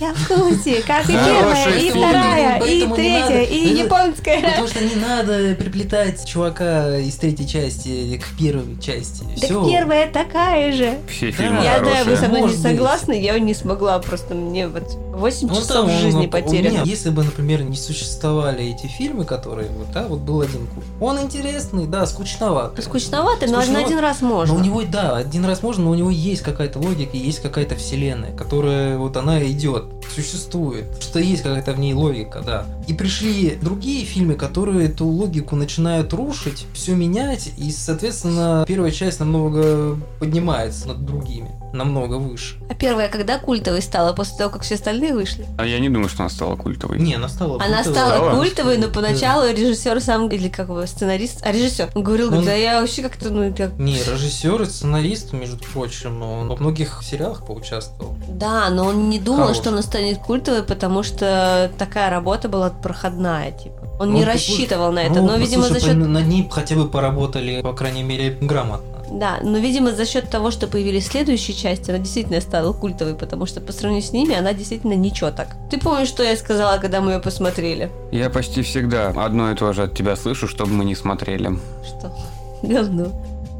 Я в курсе, как
и Хороший первая, и фильм.
вторая, и Поэтому не третья, надо. и Ну,
японская.
Потому что не надо приплетать чувака из третьей части к первой части. Всё.
первая такая же.
Все
Да.
фильмы
Я, да,
хорошие.
вы со мной не
Может быть.
согласны, я не смогла, просто мне вот 8
Ну,
часов
там,
жизни
ну,
потеряно.
нет, Если бы, например, не существовали эти фильмы, которые вот, да, вот был один куб. Он интересный, да, скучноват.
Скучновато, но на
Скучновато.
один раз можно.
Но у него, да, один раз можно, но у него есть какая-то логика, есть какая-то вселенная, которая вот она идет, существует, что есть какая-то в ней логика, да. И пришли другие фильмы, которые эту логику начинают рушить, все менять, и, соответственно, первая часть намного поднимается над другими, намного выше.
А первая, когда культовой стала, после того, как все остальные вышли?
А я не думаю, что она стала культовой.
Не, она стала
Она
культовой.
стала
Да.
культовой, но поначалу режиссер сам, или как бы сценарист, а режиссер, он говорил, говорит,
Он-
да я вообще как-то, ну, это-
Не, режиссер и сценарист, между прочим, он во многих сериалах поучаствовал.
Да, но он не думал,
Хорош.
что она станет культовой, потому что такая работа была проходная, типа. Он
Ну,
не
ты
рассчитывал на это,
Ну,
но, видимо,
слушай,
за счет...
Над ним хотя бы поработали, по крайней мере, грамотно.
Да, но, видимо, за счет того, что появились следующие части, она действительно стала культовой, потому что по сравнению с ними она действительно ничего так. Ты помнишь, что я сказала, когда мы ее посмотрели?
Я почти всегда одно и то же от тебя слышу, чтобы мы не смотрели.
Что? Говно.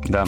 Да.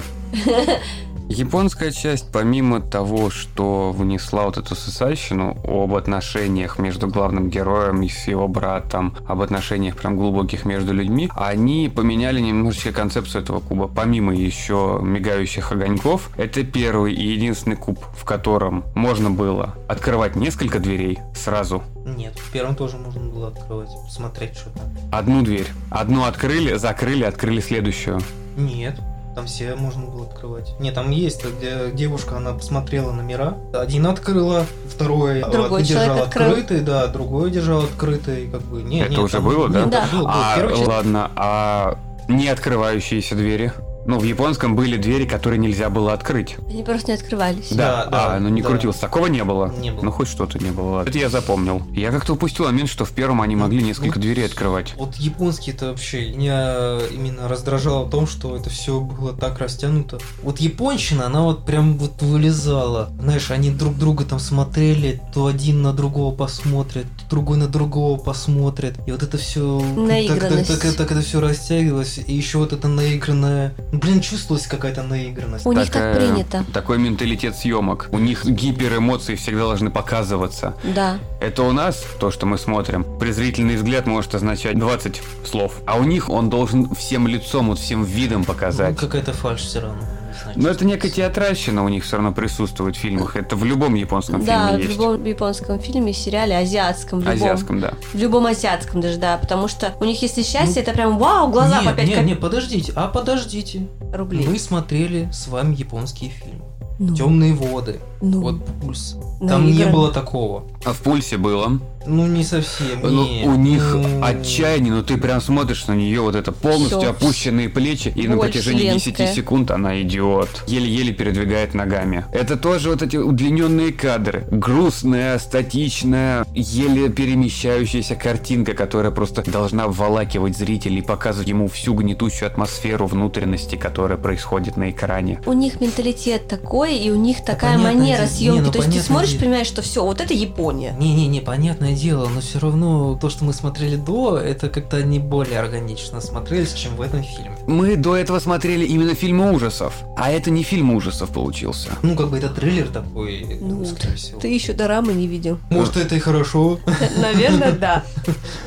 Японская часть, помимо того, что внесла вот эту сосальщину об отношениях между главным героем и с его братом, об отношениях прям глубоких между людьми, они поменяли немножечко концепцию этого куба. Помимо еще мигающих огоньков, это первый и единственный куб, в котором можно было открывать несколько дверей сразу.
Нет, в первом тоже можно было открывать, смотреть что там.
Одну дверь. Одну открыли, закрыли, открыли следующую.
Нет, там все можно было открывать. Не, там есть, э, где девушка, она посмотрела номера. Один открыла, второй э,
Другой
держал
человек открыл.
открытый, да, другой держал открытый, как бы. Не,
Это
не,
уже
там-
было, да?
не, там
Да.
было, было.
А,
Первая часть-
ладно, а не открывающиеся двери? Ну, в японском были двери, которые нельзя было открыть.
Они просто не открывались.
Да, да,
а, ну не
да.
крутилось. Такого не было?
Не было.
Ну, хоть что-то не было. ладно. Это я запомнил. Я как-то упустил момент, что в первом они могли
Ну,
несколько
ну,
дверей открывать.
Вот японский это вообще меня именно раздражало в том, что это все было так растянуто. Вот японщина, она вот прям вот вылезала. Знаешь, они друг друга там смотрели, то один на другого посмотрит, то другой на другого посмотрит. И вот это все так, так,
Наигранность.
так, так это все растягивалось. И еще вот это наигранное. Блин, чувствовалась какая-то наигранность.
У них так
Такая-
принято.
Такой менталитет съемок. У них гиперэмоции всегда должны показываться.
Да.
Это у нас, то, что мы смотрим, презрительный взгляд может означать 20 слов. А у них он должен всем лицом, вот всем видом
Ну,
показать.
какая-то фальш все равно. не знаю,
Но Ну, это
чувствовалась.
некая театральщина у них все равно присутствует в фильмах. Это в любом японском
Да, в
фильме есть.
любом японском фильме, сериале, азиатском, в любом.
Азиатском, да.
В любом азиатском даже, да. Потому что у них, если
Ну,
счастье, это прям вау, глаза
не,
по 5
не, не, подождите, а подождите.
рублей.
Мы смотрели с вами японские фильмы.
Ну,
Темные воды.
ну,
Вот пульс.
на
Там не
игры.
было такого.
А в пульсе было.
Ну, не совсем.
Ну,
не.
у них
Ну,
отчаяние, но ты прям смотришь на нее вот это полностью
Всё.
опущенные плечи, и на
Боль
протяжении 10
вселенская.
секунд она идет. Еле-еле передвигает ногами. Это тоже вот эти удлиненные кадры. Грустная, статичная, еле перемещающаяся картинка, которая просто должна вволакивать зрителей и показывать ему всю гнетущую атмосферу внутренности, которая происходит на экране.
У них менталитет такой, и у них такая
понятное
манера
дело.
съемки.
Не, ну,
То есть ты
понятное
смотришь,
дело.
понимаешь, что все, вот это Япония.
Не-не-не, понятное дело, но все равно то, что мы смотрели до, это как-то не более органично смотрелись, чем в этом фильме.
Мы до этого смотрели именно фильмы ужасов, а это не фильм ужасов получился.
Ну, как бы это триллер такой,
Ну,
скорее всего.
Ты еще дорамы не видел.
Может, это и хорошо.
Наверное, да.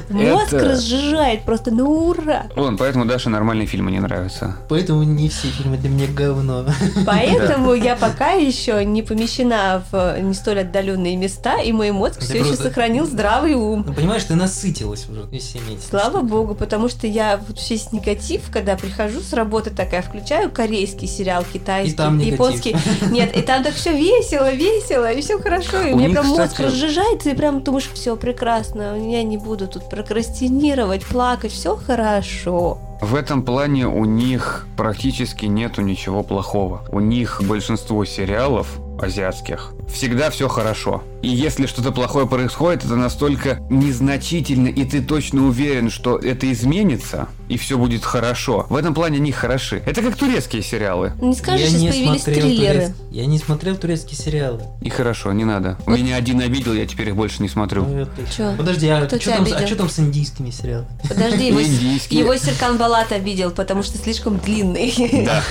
Мозг
Это-
разжижает просто, ну ура!
Вон, поэтому Даше нормальные фильмы не нравятся.
Поэтому не все фильмы для меня говно.
Поэтому я пока еще не помещена в э, не столь отдаленные места, и мой мозг
Ты
все еще
просто-
сохранил здравый ум.
Ну, понимаешь, ты насытилась уже всеми этими.
Слава богу, потому что я вот весь негатив, когда прихожу с работы такая, включаю корейский сериал, китайский,
И там негатив.
японский. Нет, и там так все весело, весело, и все хорошо. И
У
у меня
них,
прям мозг
кстати-
разжижается, и прям думаешь, все прекрасно, я не буду тут прокрастинировать, плакать, все хорошо.
В этом плане у них практически нету ничего плохого. У них большинство сериалов азиатских всегда все хорошо. И если что-то плохое происходит, это настолько незначительно, и ты точно уверен, что это изменится, и все будет хорошо. В этом плане они хороши. Это как турецкие сериалы.
Не скажешь,
Я
сейчас
не
появились
смотрел
триллеры.
турец- Я не смотрел турецкие сериалы.
И хорошо, не надо.
Вот-
Меня один обидел, я теперь их больше не смотрю.
Ну, и отлично.
Чё?
Подожди, а
Кто
что
тебя
там, с- а
обидел?
чё там с индийскими сериалами?
Подожди, его,
Индийские.
его Серкан Балат обидел, потому что слишком длинный.
Да.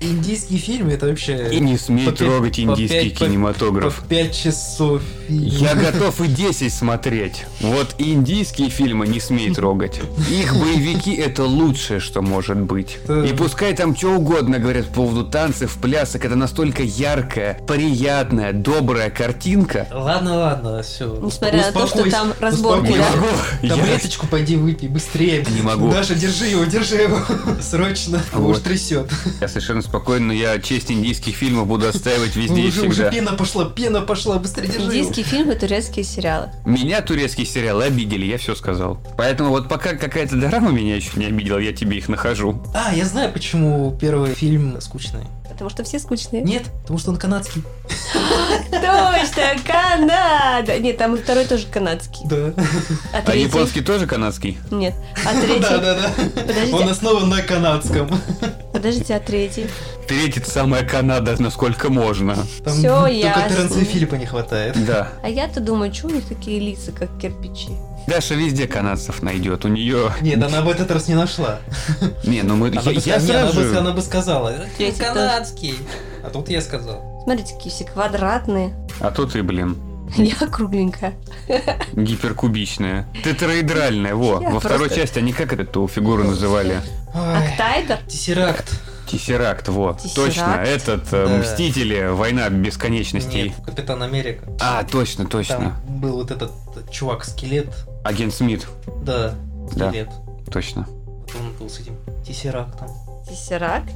Индийские фильмы это вообще...
И не смей
По пять-
трогать
по
индийский
пять- по-
автограф.
По 5 часов фильм.
Я готов и 10 смотреть. Вот индийские фильмы не смей трогать. Их боевики это лучшее, что может быть.
Да.
И пускай там что угодно говорят по поводу танцев, плясок, это настолько яркая, приятная, добрая картинка.
Ладно, ладно, все.
Несмотря на то, что там разборки,
Я
да?
могу- я-
Таблеточку пойди выпей быстрее.
Не могу.
Даша, держи его, держи его. Срочно. Его
Вот.
уж трясет.
Я совершенно спокойно, я честь индийских фильмов буду отстаивать везде и
Уже, уже
всегда.
пена пошла, пена пошла, быстрее держи его.
Индийские фильмы, турецкие сериалы.
Меня турецкие сериалы обидели, я все сказал. Поэтому вот пока какая-то дорама меня еще не обидела, я тебе их нахожу.
А, я знаю, почему первый фильм скучный.
Потому что все скучные.
Нет, потому что он канадский.
Точно, Канада! Нет, там и второй тоже канадский.
Да.
А
А
третий?
японский тоже канадский?
Нет. А
Ну Да,
третий?
да, да.
Подождите.
Он основан на канадском.
Подождите, а третий?
Третий самая Канада, насколько можно.
Там
Всё
только
ясно.
Терренса и Филиппа не хватает.
Да.
А я-то думаю, что у них такие лица, как кирпичи?
Даша везде канадцев найдет. У нее.
Нет, она в этот раз не нашла.
Не, ну мы.
Она бы
Я, я
сказала- не, она
сразу.
бы-
же-
Она бы сказала. «Какие
Третий тоже.
Канадский. А тут я сказал.
Смотрите, какие все квадратные.
А то ты, блин,
Я кругленькая.
гиперкубичная. Тетраэдральная, во.
Я
Во второй
просто-
части они как эту фигуру называли?
А
Ай,
Актайдер?
Тессеракт.
Тессеракт, во.
Тессеракт.
Точно, этот э,
Да.
Мстители, война бесконечностей.
Нет, Капитан Америка.
А, точно, точно.
Там был вот этот чувак-скелет.
Агент Смит,
Да,
Да.
скелет.
точно.
Вот он был с этим тессерактом.
Тессеракт?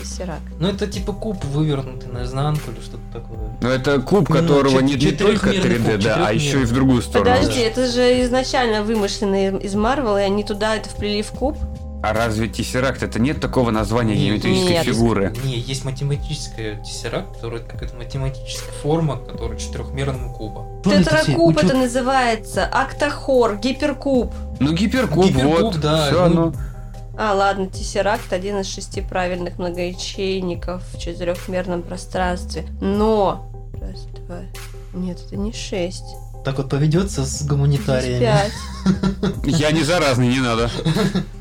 Тессеракт.
Ну, это типа куб, вывернутый наизнанку или что-то такое.
Но это куб,
Ну,
которого
чет-
не, не только
четырехмерный
3D,
куб,
да, а
четырехмерный.
еще и в другую сторону.
Подожди, это же изначально вымышленные из Марвела, и они туда это вплели в куб.
А разве тессеракт это нет такого названия
Нет.
геометрической
Нет.
фигуры?
Не, есть математическая тессеракт, которая какая-то математическая форма, которая четырехмерного куба.
Тетракуб это называется, актохор, гиперкуб.
Ну, гиперкуб,
Гиперкуб,
вот,
да,
все
ну,
оно.
А, ладно, тессеракт один из шести правильных многоячейников в четырехмерном пространстве. Но... Раз, два... Нет, это не шесть.
Так вот поведется с
Здесь
гуманитариями.
пять.
Я не заразный, не надо.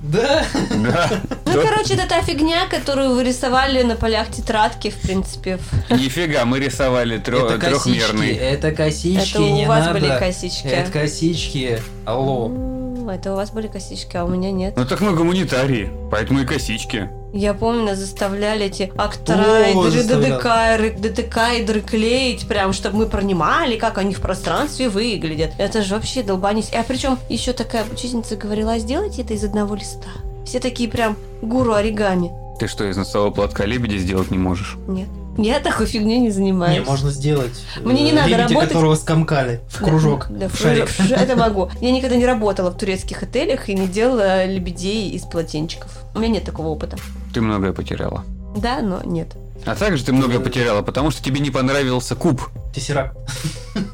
Да?
Да.
Ну, короче, это та фигня, которую вы рисовали на полях тетрадки, в принципе.
Нифига, мы рисовали трё- трехмерный.
это косички,
Это у вас были косички.
Это косички. Алло.
М, Это у вас были косички, а у меня нет.
Ну так мы гуманитарии, поэтому и косички.
Я помню, нас заставляли эти актрайдеры,
заставлял.
ддкайры, ддкайдеры клеить, прям, чтобы мы пронимали, как они в пространстве выглядят. Это же вообще долбанись. А причем еще такая учительница говорила, «А сделайте это из одного листа. Все такие прям гуру оригами.
Ты что, из носового платка лебедя сделать не можешь?
Нет. Я такой фигней не занимаюсь.
Не, можно сделать. э,
Мне не надо
лебедя,
работать.
которого скомкали в кружок,
Да,
в шарик.
кружок, Это могу. Я никогда не работала в турецких отелях и не делала лебедей из полотенчиков. У меня нет такого опыта.
Ты многое потеряла.
Да, но нет.
А также ты многое потеряла, потому что тебе не понравился куб.
Тессеракт.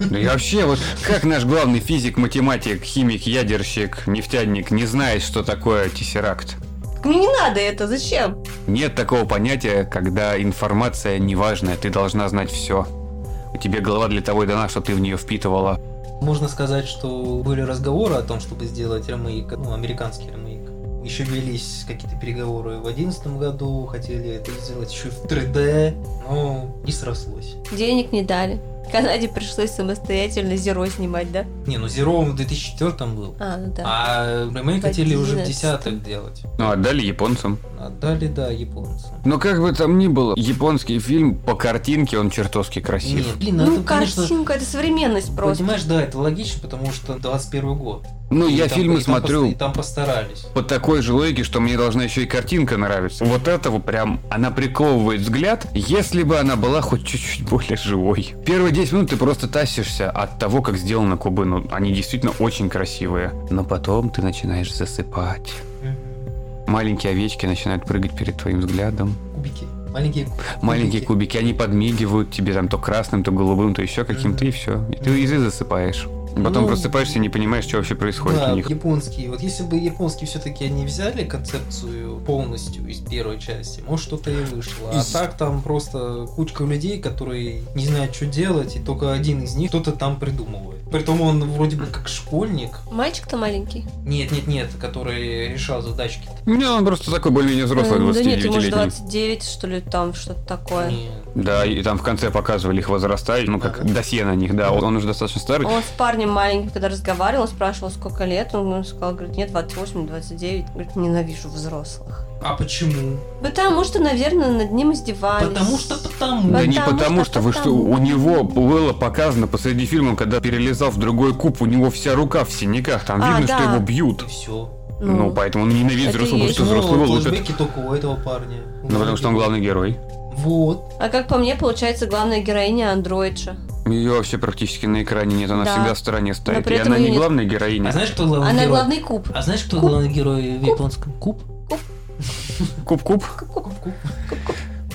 Ну и вообще, вот как наш главный физик, математик, химик, ядерщик, нефтяник не знает, что такое тессеракт?
Так Мне не надо это, зачем?
Нет такого понятия, когда информация неважная, ты должна знать все. У тебя голова для того и дана, что ты в нее впитывала.
Можно сказать, что были разговоры о том, чтобы сделать ремейк, ну, американский ремейк. Еще велись какие-то переговоры в 2011 году, хотели это сделать еще в 3D, но не срослось.
Денег не дали. Канаде пришлось самостоятельно зеро снимать, да?
Не, ну Zero он в 2004 был.
А, ну да.
А ремейк хотели уже в
11.
десятых делать.
Ну, отдали японцам.
Отдали, да, японцам.
Но как бы там ни было, японский фильм по картинке, он чертовски красив.
Нет, блин,
ну,
это, конечно,
картинка, это современность просто.
Понимаешь, да, это логично, потому что 21 год.
Ну, я
И там-
фильмы
и там
смотрю
пос- и там постарались.
по такой же логике, что мне должна еще и картинка нравиться. Вот этого прям, она приковывает взгляд, если бы она была хоть чуть-чуть более живой. Первые 10 минут ты просто тащишься от того, как сделаны кубы. Ну, они действительно очень красивые. Но потом ты начинаешь засыпать. Маленькие овечки начинают прыгать перед твоим взглядом.
Кубики. Маленькие кубики.
Маленькие кубики, они подмигивают тебе там то красным, то голубым, то еще каким-то, и все. И ты, и ты засыпаешь. Потом
Ну,
просыпаешься и не понимаешь, что вообще происходит
Да,
у них.
японские. Вот если бы японские все-таки они взяли концепцию полностью из первой части, может что-то и вышло. А
Из-
так там просто кучка людей, которые не знают, что делать, и только один из них кто-то там придумывает. Притом он вроде бы как школьник.
Мальчик-то маленький.
Нет, нет, нет, который решал задачки.
Не, он просто такой более-менее взрослый,
Э, да нет, ему же
29-летний.
29, что ли, там что-то такое.
Нет.
Да, и там в конце показывали их возраста, ну, как
Ага.
досье на них, да, он, он уже достаточно старый.
Он с парнем маленьким, когда разговаривал, он спрашивал, сколько лет, он ему сказал, говорит, нет, 28, 29. Говорит, ненавижу взрослых.
А почему?
Потому что, наверное, над ним издевались.
Потому что потому.
Да не
Потому
потому
что
что, вы что,
потому.
у него было показано посреди фильма, когда перелезал в другой куб, у него вся рука в синяках, там
А,
видно,
да.
что его бьют.
И все.
Ну,
Ну,
поэтому он ненавидит
это и
взрослых, потому
есть.
что взрослые его лупят.
только у этого парня.
Ну, потому что он главный герой.
Вот.
А как по мне, получается, главная героиня андроидша.
Ее вообще практически на экране нет, она
Да.
всегда в стороне
Но
стоит.
при
И
этом
она
её
не
нет.
главная героиня.
А знаешь, кто главный
Она
герой?
главный куб.
А знаешь, кто
Куб.
главный герой в
Куб.
японском? Куб?
Куб-куб.
Куб-куб.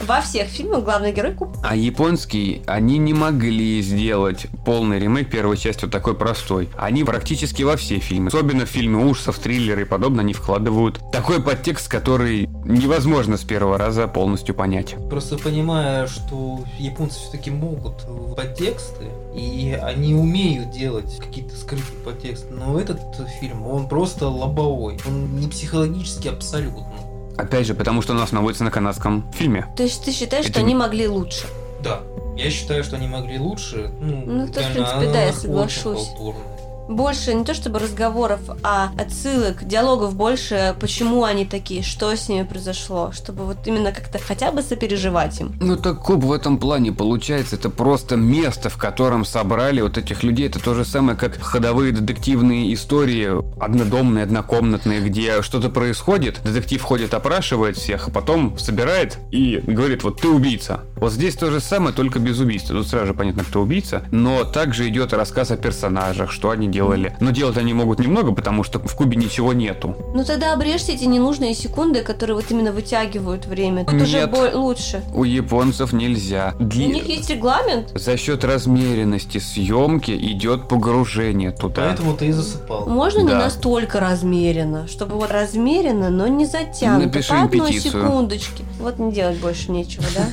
Во всех фильмах главный герой куб.
А японский, они не могли сделать полный ремейк первой части вот такой простой. Они практически во все фильмы, особенно в фильмы ужасов, триллеры и подобное, они вкладывают такой подтекст, который невозможно с первого раза полностью понять.
Просто понимая, что японцы все-таки могут в подтексты, и они умеют делать какие-то скрытые подтексты, но этот фильм, он просто лобовой, он не психологически абсолютно.
Опять же, потому что он основывается на канадском фильме.
То есть ты считаешь,
Это
что
не-
они могли лучше?
Да, я считаю, что они могли лучше. Ну,
Ну, тут, в
реально,
принципе,
она
да, я
очень
соглашусь.
халтурная.
Больше не то чтобы разговоров, а отсылок, диалогов больше, почему они такие, что с ними произошло, чтобы вот именно как-то хотя бы сопереживать им.
Ну так Куб в этом плане получается, это просто место, в котором собрали вот этих людей. Это то же самое, как ходовые детективные истории, однодомные, однокомнатные, где что-то происходит, детектив ходит, опрашивает всех, а потом собирает и говорит, вот ты убийца. Вот здесь то же самое, только без убийства. Тут сразу же понятно, кто убийца, но также идет рассказ о персонажах, что они делали. Но делать они могут немного, потому что в Кубе ничего нету.
Ну тогда обрежьте эти ненужные секунды, которые вот именно вытягивают время. Тут уже
Нет.
бо- лучше.
У японцев нельзя.
У
Дли-
них есть регламент.
За счет размеренности съемки идет погружение туда.
Поэтому ты и засыпал.
Можно не
Да.
настолько размеренно, чтобы вот размеренно, но не затянуто.
Напиши
По
им
одной
петицию.
секундочке. Вот не делать больше нечего, да?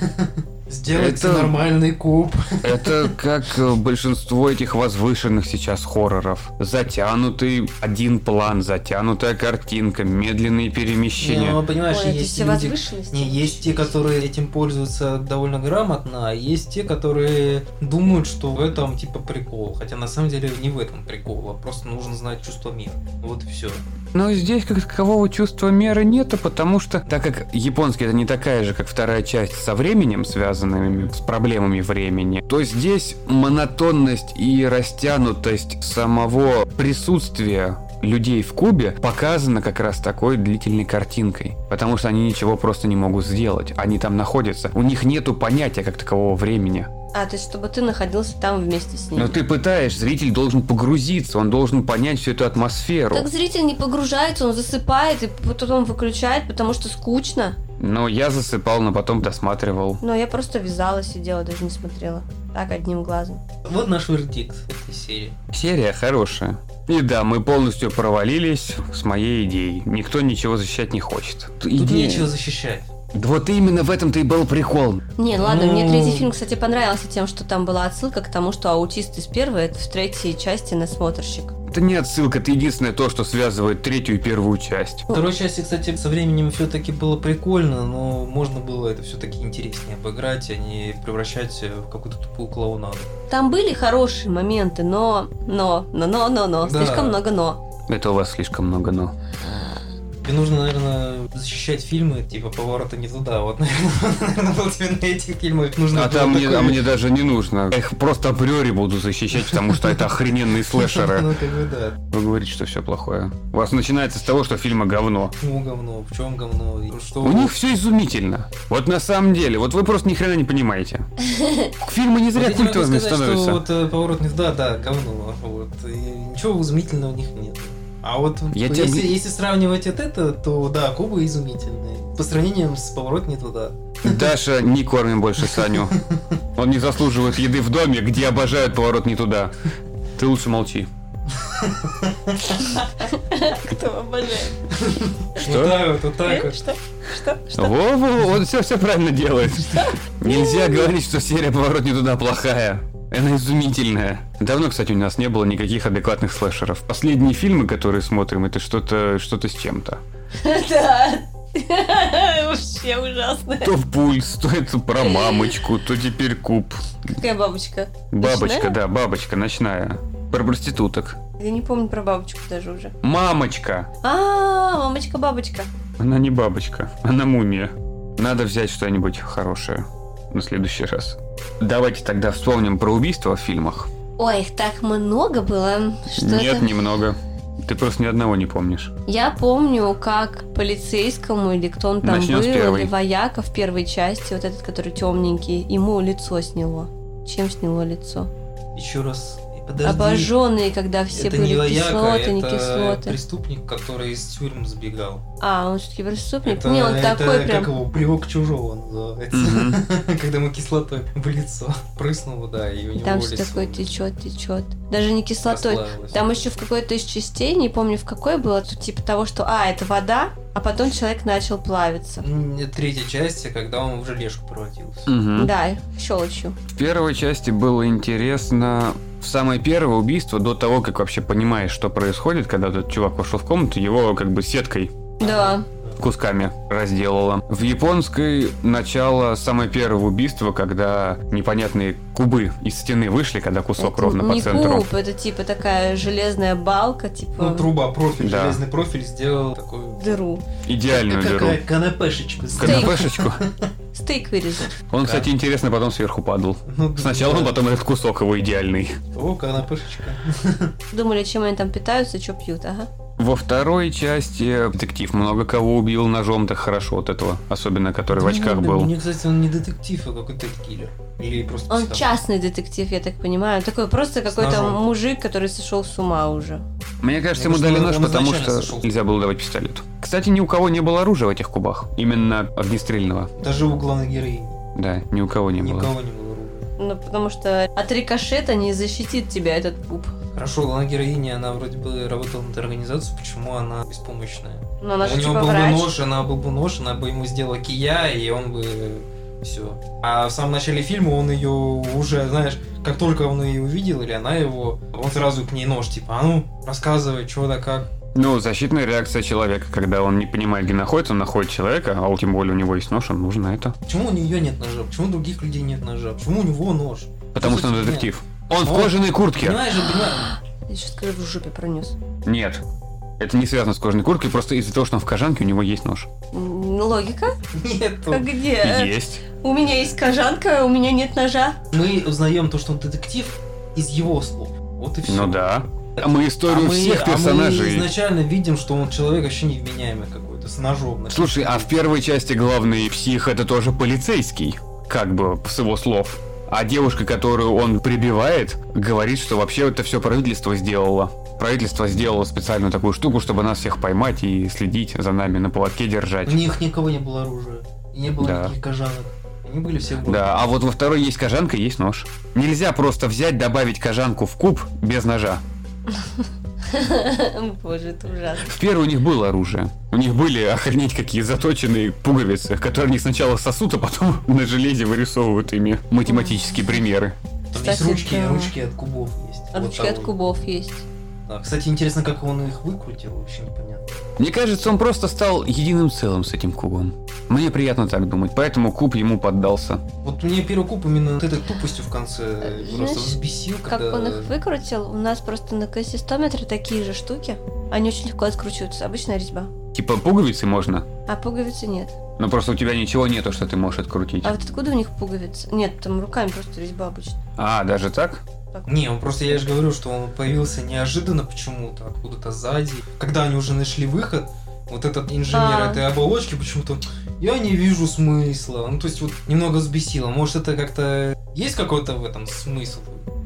Сделайте
Это-
нормальный куб.
Это как э, большинство этих возвышенных сейчас хорроров. Затянутый один план, затянутая картинка, медленные
Не,
перемещения.
ну, понимаешь,
Ой, эти
есть
все
люди,
возвышенности.
Не, есть те, которые этим пользуются довольно грамотно, а есть те, которые думают, что в этом типа прикол. Хотя на самом деле не в этом прикол, а просто нужно знать чувство мира. Вот и все.
Но здесь как такового чувства меры нету, потому что, так как японский это не такая же, как вторая часть со временем, связанными с проблемами времени, то здесь монотонность и растянутость самого присутствия людей в Кубе показана как раз такой длительной картинкой. Потому что они ничего просто не могут сделать. Они там находятся. У них нету понятия как такового времени.
А, то есть, чтобы ты находился там вместе с
Но
ним.
ты пытаешь, зритель должен погрузиться, он должен понять всю эту атмосферу.
Так зритель не погружается, он засыпает и потом выключает, потому что скучно.
Но я засыпал, но потом досматривал.
Но я просто вязала, сидела, даже не смотрела. Так, одним глазом.
Вот наш вердикт этой серии.
Серия хорошая. И да, мы полностью провалились с моей идеей. Никто ничего защищать не хочет.
Тут
Идея-
нечего защищать.
Да Вот именно в этом-то и был прикол.
Не, ладно,
Ну.
мне третий фильм, кстати, понравился тем, что там была отсылка к тому, что аутист из первой, это в третьей части насмотрщик.
Это не отсылка, это единственное то, что связывает третью и первую часть.
В второй части, кстати, со временем все-таки было прикольно, но можно было это все-таки интереснее обыграть, а не превращать в какую-то тупую клоунаду.
Там были хорошие моменты, но... Но, но, но, но, но.
Да.
Слишком много но.
Это у вас слишком много но.
Тебе нужно, наверное, защищать фильмы, типа поворота не туда. Вот, наверное, вот тебе на этих фильмах нужно.
А
было
там мне,
такое-
а мне даже не нужно. Я их просто априори буду защищать, потому что это охрененные слэшеры.
Ну, как бы да.
Вы говорите, что все плохое. У вас начинается с того, что фильма говно.
Почему говно? В чем говно? и Что?
У них все изумительно. Вот на самом деле, вот вы просто ни хрена не понимаете. Фильмы не
Вот я
зря
тебе могу
культурными
сказать, Что
становятся.
вот э, поворот не туда, да, говно. Вот. И ничего изумительного у них нет. А вот
Я
если,
тебе г-
если сравнивать от это, то да, Куба изумительные. По сравнению с поворот не туда.
Даша, не кормим больше Саню. Он не заслуживает еды в доме, где обожают поворот не туда. Ты лучше молчи.
Кто обожает?
Вот так вот, вот так вот.
Что? Что?
Во-во, он все, все правильно делает. Нельзя говорить, что серия поворот не туда плохая. Она изумительная. Давно, кстати, у нас не было никаких адекватных слэшеров. Последние фильмы, которые смотрим, это что-то что-то с чем-то.
Да. Вообще ужасно.
То пульс, то это про мамочку, то теперь куб.
Какая бабочка?
Бабочка,
Ночная?
да, бабочка ночная. Про проституток.
Я не помню про бабочку даже уже.
Мамочка!
А, мамочка-бабочка.
Она не бабочка, она мумия. Надо взять что-нибудь хорошее на следующий раз. Давайте тогда вспомним про убийство в фильмах.
Ой, их так много было, что
Нет,
это-
немного. Ты просто ни одного не помнишь.
Я помню, как полицейскому или кто он там
Начнем с
был,
первой.
или вояка в первой части, вот этот, который темненький, ему лицо сняло. Чем сняло лицо?
Еще раз. и Подожди.
Обожженные, когда все
это
были
не вояка,
кислоты, не
это
кислоты.
преступник, который из тюрьм сбегал.
А, он все-таки преступник?
Это,
не, он
это
такой прям...
как его привок чужого называется.
Мгм.
Когда ему кислотой в лицо прыснуло, да, и у него
Там все
лицо
такое течет, течет. Даже не кислотой.
расплавилось.
Там еще в какой-то из частей, не помню в какой было, тут типа того, что а, это вода, а потом человек начал плавиться.
М, Ну, Третья часть, а когда он в желешку превратился.
Мгм.
Да, щелочью.
В первой части было интересно в самое первое убийство, до того, как вообще понимаешь, что происходит, когда этот чувак вошел в комнату, его как бы сеткой
Да.
кусками разделала. В японской начало самое первое убийство, когда непонятные кубы из стены вышли, когда кусок
это
ровно по
не
центру.
куб, это типа такая железная балка, типа
Ну, труба, профиль,
Да.
железный профиль сделал такую...
дыру.
Идеальную
Как-
дыру.
какая канапешечку. сделал.
Канапешечку.
Стейк вырезал.
Он,
Да.
кстати, интересно, потом сверху падал.
Ну, да.
Сначала он, потом этот кусок его идеальный.
О, канапешечка.
Думали, чем они там питаются, что пьют, ага.
Во второй части детектив много кого убил ножом, так хорошо вот этого, особенно который в очках был.
Мне, кстати, он не детектив, а какой-то киллер. Или просто...
Он
психопат.
частный детектив, я так понимаю. Такой просто какой-то
ножом.
мужик, который сошел с ума уже.
Мне кажется,
Мне
ему
кажется,
дали
он-
нож,
он
потому
изначально
что
сошел.
нельзя было давать пистолет. Кстати, ни у кого не было оружия в этих кубах. Именно огнестрельного.
Даже у главной героини.
Да, ни у кого не было.
Никого не было рук.
Ну, потому что от рикошета не защитит тебя этот пуп.
Хорошо, главная героиня, она вроде бы работала над организацией, почему она беспомощная?
Но она
у
же
него
типа
был
врач.
бы нож, она был бы нож, она бы ему сделала кия, и он бы все. А в самом начале фильма он ее уже, знаешь, как только он ее увидел, или она его, он сразу к ней нож, типа, а ну, рассказывай, чего да как.
Ну, защитная реакция человека, когда он не понимает, где находится, он находит человека, а у- тем более у него есть нож, он нужен на это.
Почему у нее нет ножа? Почему у других людей нет ножа? Почему у него нож?
Потому
Ну,
что он
нет.
детектив. Он в
Он-
кожаной куртке.
Понимаешь же, понимаешь?
Я сейчас скажу, в жопе пронес.
Нет. Это не связано с кожаной курткой, просто из-за того, что он в кожанке, у него есть нож.
М, Логика?
Нету.
А где?
Есть.
У меня есть кожанка, у меня нет ножа.
Мы узнаем то, что он детектив из его слов. Вот и все.
Ну да. А Мы а историю всех персонажей.
мы изначально видим, что он человек вообще невменяемый какой-то, с ножом.
Слушай, а в первой части главный псих это тоже полицейский, как бы с его слов. А девушка, которую он прибивает, говорит, что вообще это все правительство сделало. Правительство сделало специальную такую штуку, чтобы нас всех поймать и следить за нами, на поводке держать.
У них никого не было оружия. И не было
Да.
никаких кожанок. Они были все в
Да, а вот во второй есть кожанка, есть нож. Нельзя просто взять, добавить кожанку в куб без ножа.
Боже, это ужасно.
В первой у них было оружие. У них были охренеть какие заточенные пуговицы, которые они сначала сосут, а потом на железе вырисовывают ими математические примеры.
Там
Кстати,
есть ручки,
да.
ручки от кубов есть.
А
Вот
ручки от
такой.
кубов есть.
Да, Кстати, интересно, как он их выкрутил, вообще непонятно.
Мне кажется, он просто стал единым целым с этим кубом. Мне приятно так думать, поэтому куб ему поддался.
Вот мне первый куб именно вот этой тупостью в конце
Э, Знаешь,
просто взбесил,
Как
когда...
он их выкрутил, у нас просто на кассистометре такие же штуки. Они очень легко откручиваются. Обычная резьба.
Типа пуговицы можно,
А пуговицы нет.
но просто у тебя ничего нету, что ты можешь открутить.
А вот откуда у них пуговицы? Нет, там руками просто резьба обычно.
А, даже так?
Не, он просто, я же говорю, что он появился неожиданно почему-то, откуда-то сзади. Когда они уже нашли выход, вот этот инженер
А.
этой оболочки почему-то, я не вижу смысла. Ну, то есть, вот немного взбесило. Может, это как-то... Есть какой-то в этом смысл?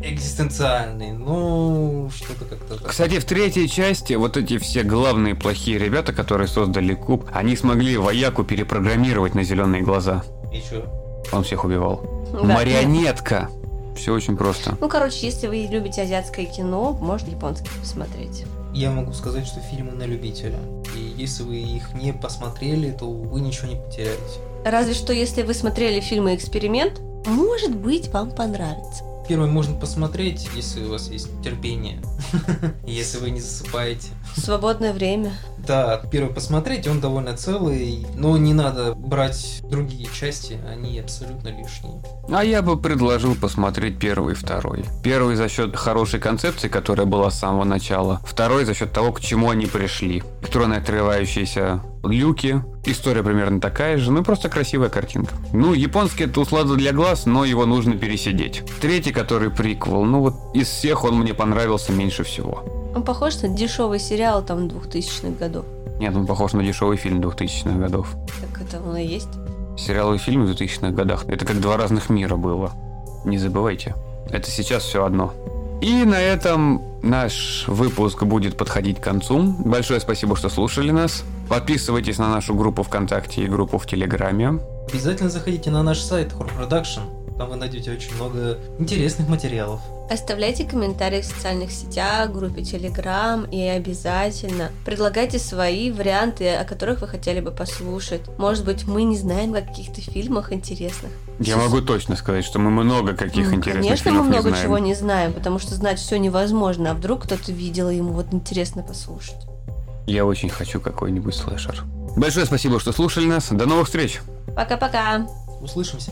Экзистенциальный, но что-то как-то... так.
Кстати, в третьей части вот эти все главные плохие ребята, которые создали куб, они смогли вояку перепрограммировать на зеленые глаза.
И чё?
Он всех убивал.
Да.
Марионетка. Все очень просто.
Ну, короче, если вы любите азиатское кино, можно японское посмотреть.
Я могу сказать, что фильмы на любителя. И если вы их не посмотрели, то вы ничего не потеряете.
Разве что, если вы смотрели фильмы «Эксперимент», может быть, вам понравится.
Первый можно посмотреть, если у вас есть терпение, если вы не засыпаете.
Свободное время.
Да, первый посмотреть, он довольно целый, но не надо брать другие части, они абсолютно лишние.
А я бы предложил посмотреть первый и второй. Первый за счет хорошей концепции, которая была с самого начала. Второй за счет того, к чему они пришли. Электронные отрывающиеся люки. История примерно такая же, ну просто красивая картинка. Ну, японский это услада для глаз, но его нужно пересидеть. Третий, который приквел, ну вот из всех он мне понравился меньше всего.
Он похож на дешевый сериал там 2000-х годов.
Нет, он похож на дешевый фильм 2000-х годов.
Так это он и есть.
Сериалы и фильмы в 2000-х годах. Это как два разных мира было. Не забывайте. Это сейчас все одно. И на этом наш выпуск будет подходить к концу. Большое спасибо, что слушали нас. Подписывайтесь на нашу группу ВКонтакте и группу в Телеграме.
Обязательно заходите на наш сайт Horror Production, там вы найдете очень много интересных материалов.
Оставляйте комментарии в социальных сетях, группе Telegram и обязательно предлагайте свои варианты, о которых вы хотели бы послушать. Может быть, мы не знаем о каких-то фильмах интересных.
Я могу точно сказать, что мы много каких
Ну,
интересных
Конечно, мы
фильмов
много
не знаем.
чего не знаем, потому что знать все невозможно. А вдруг кто-то видел, и ему вот интересно послушать.
Я очень хочу какой-нибудь слэшер. Большое спасибо, что слушали нас. До новых встреч!
Пока-пока!
Услышимся.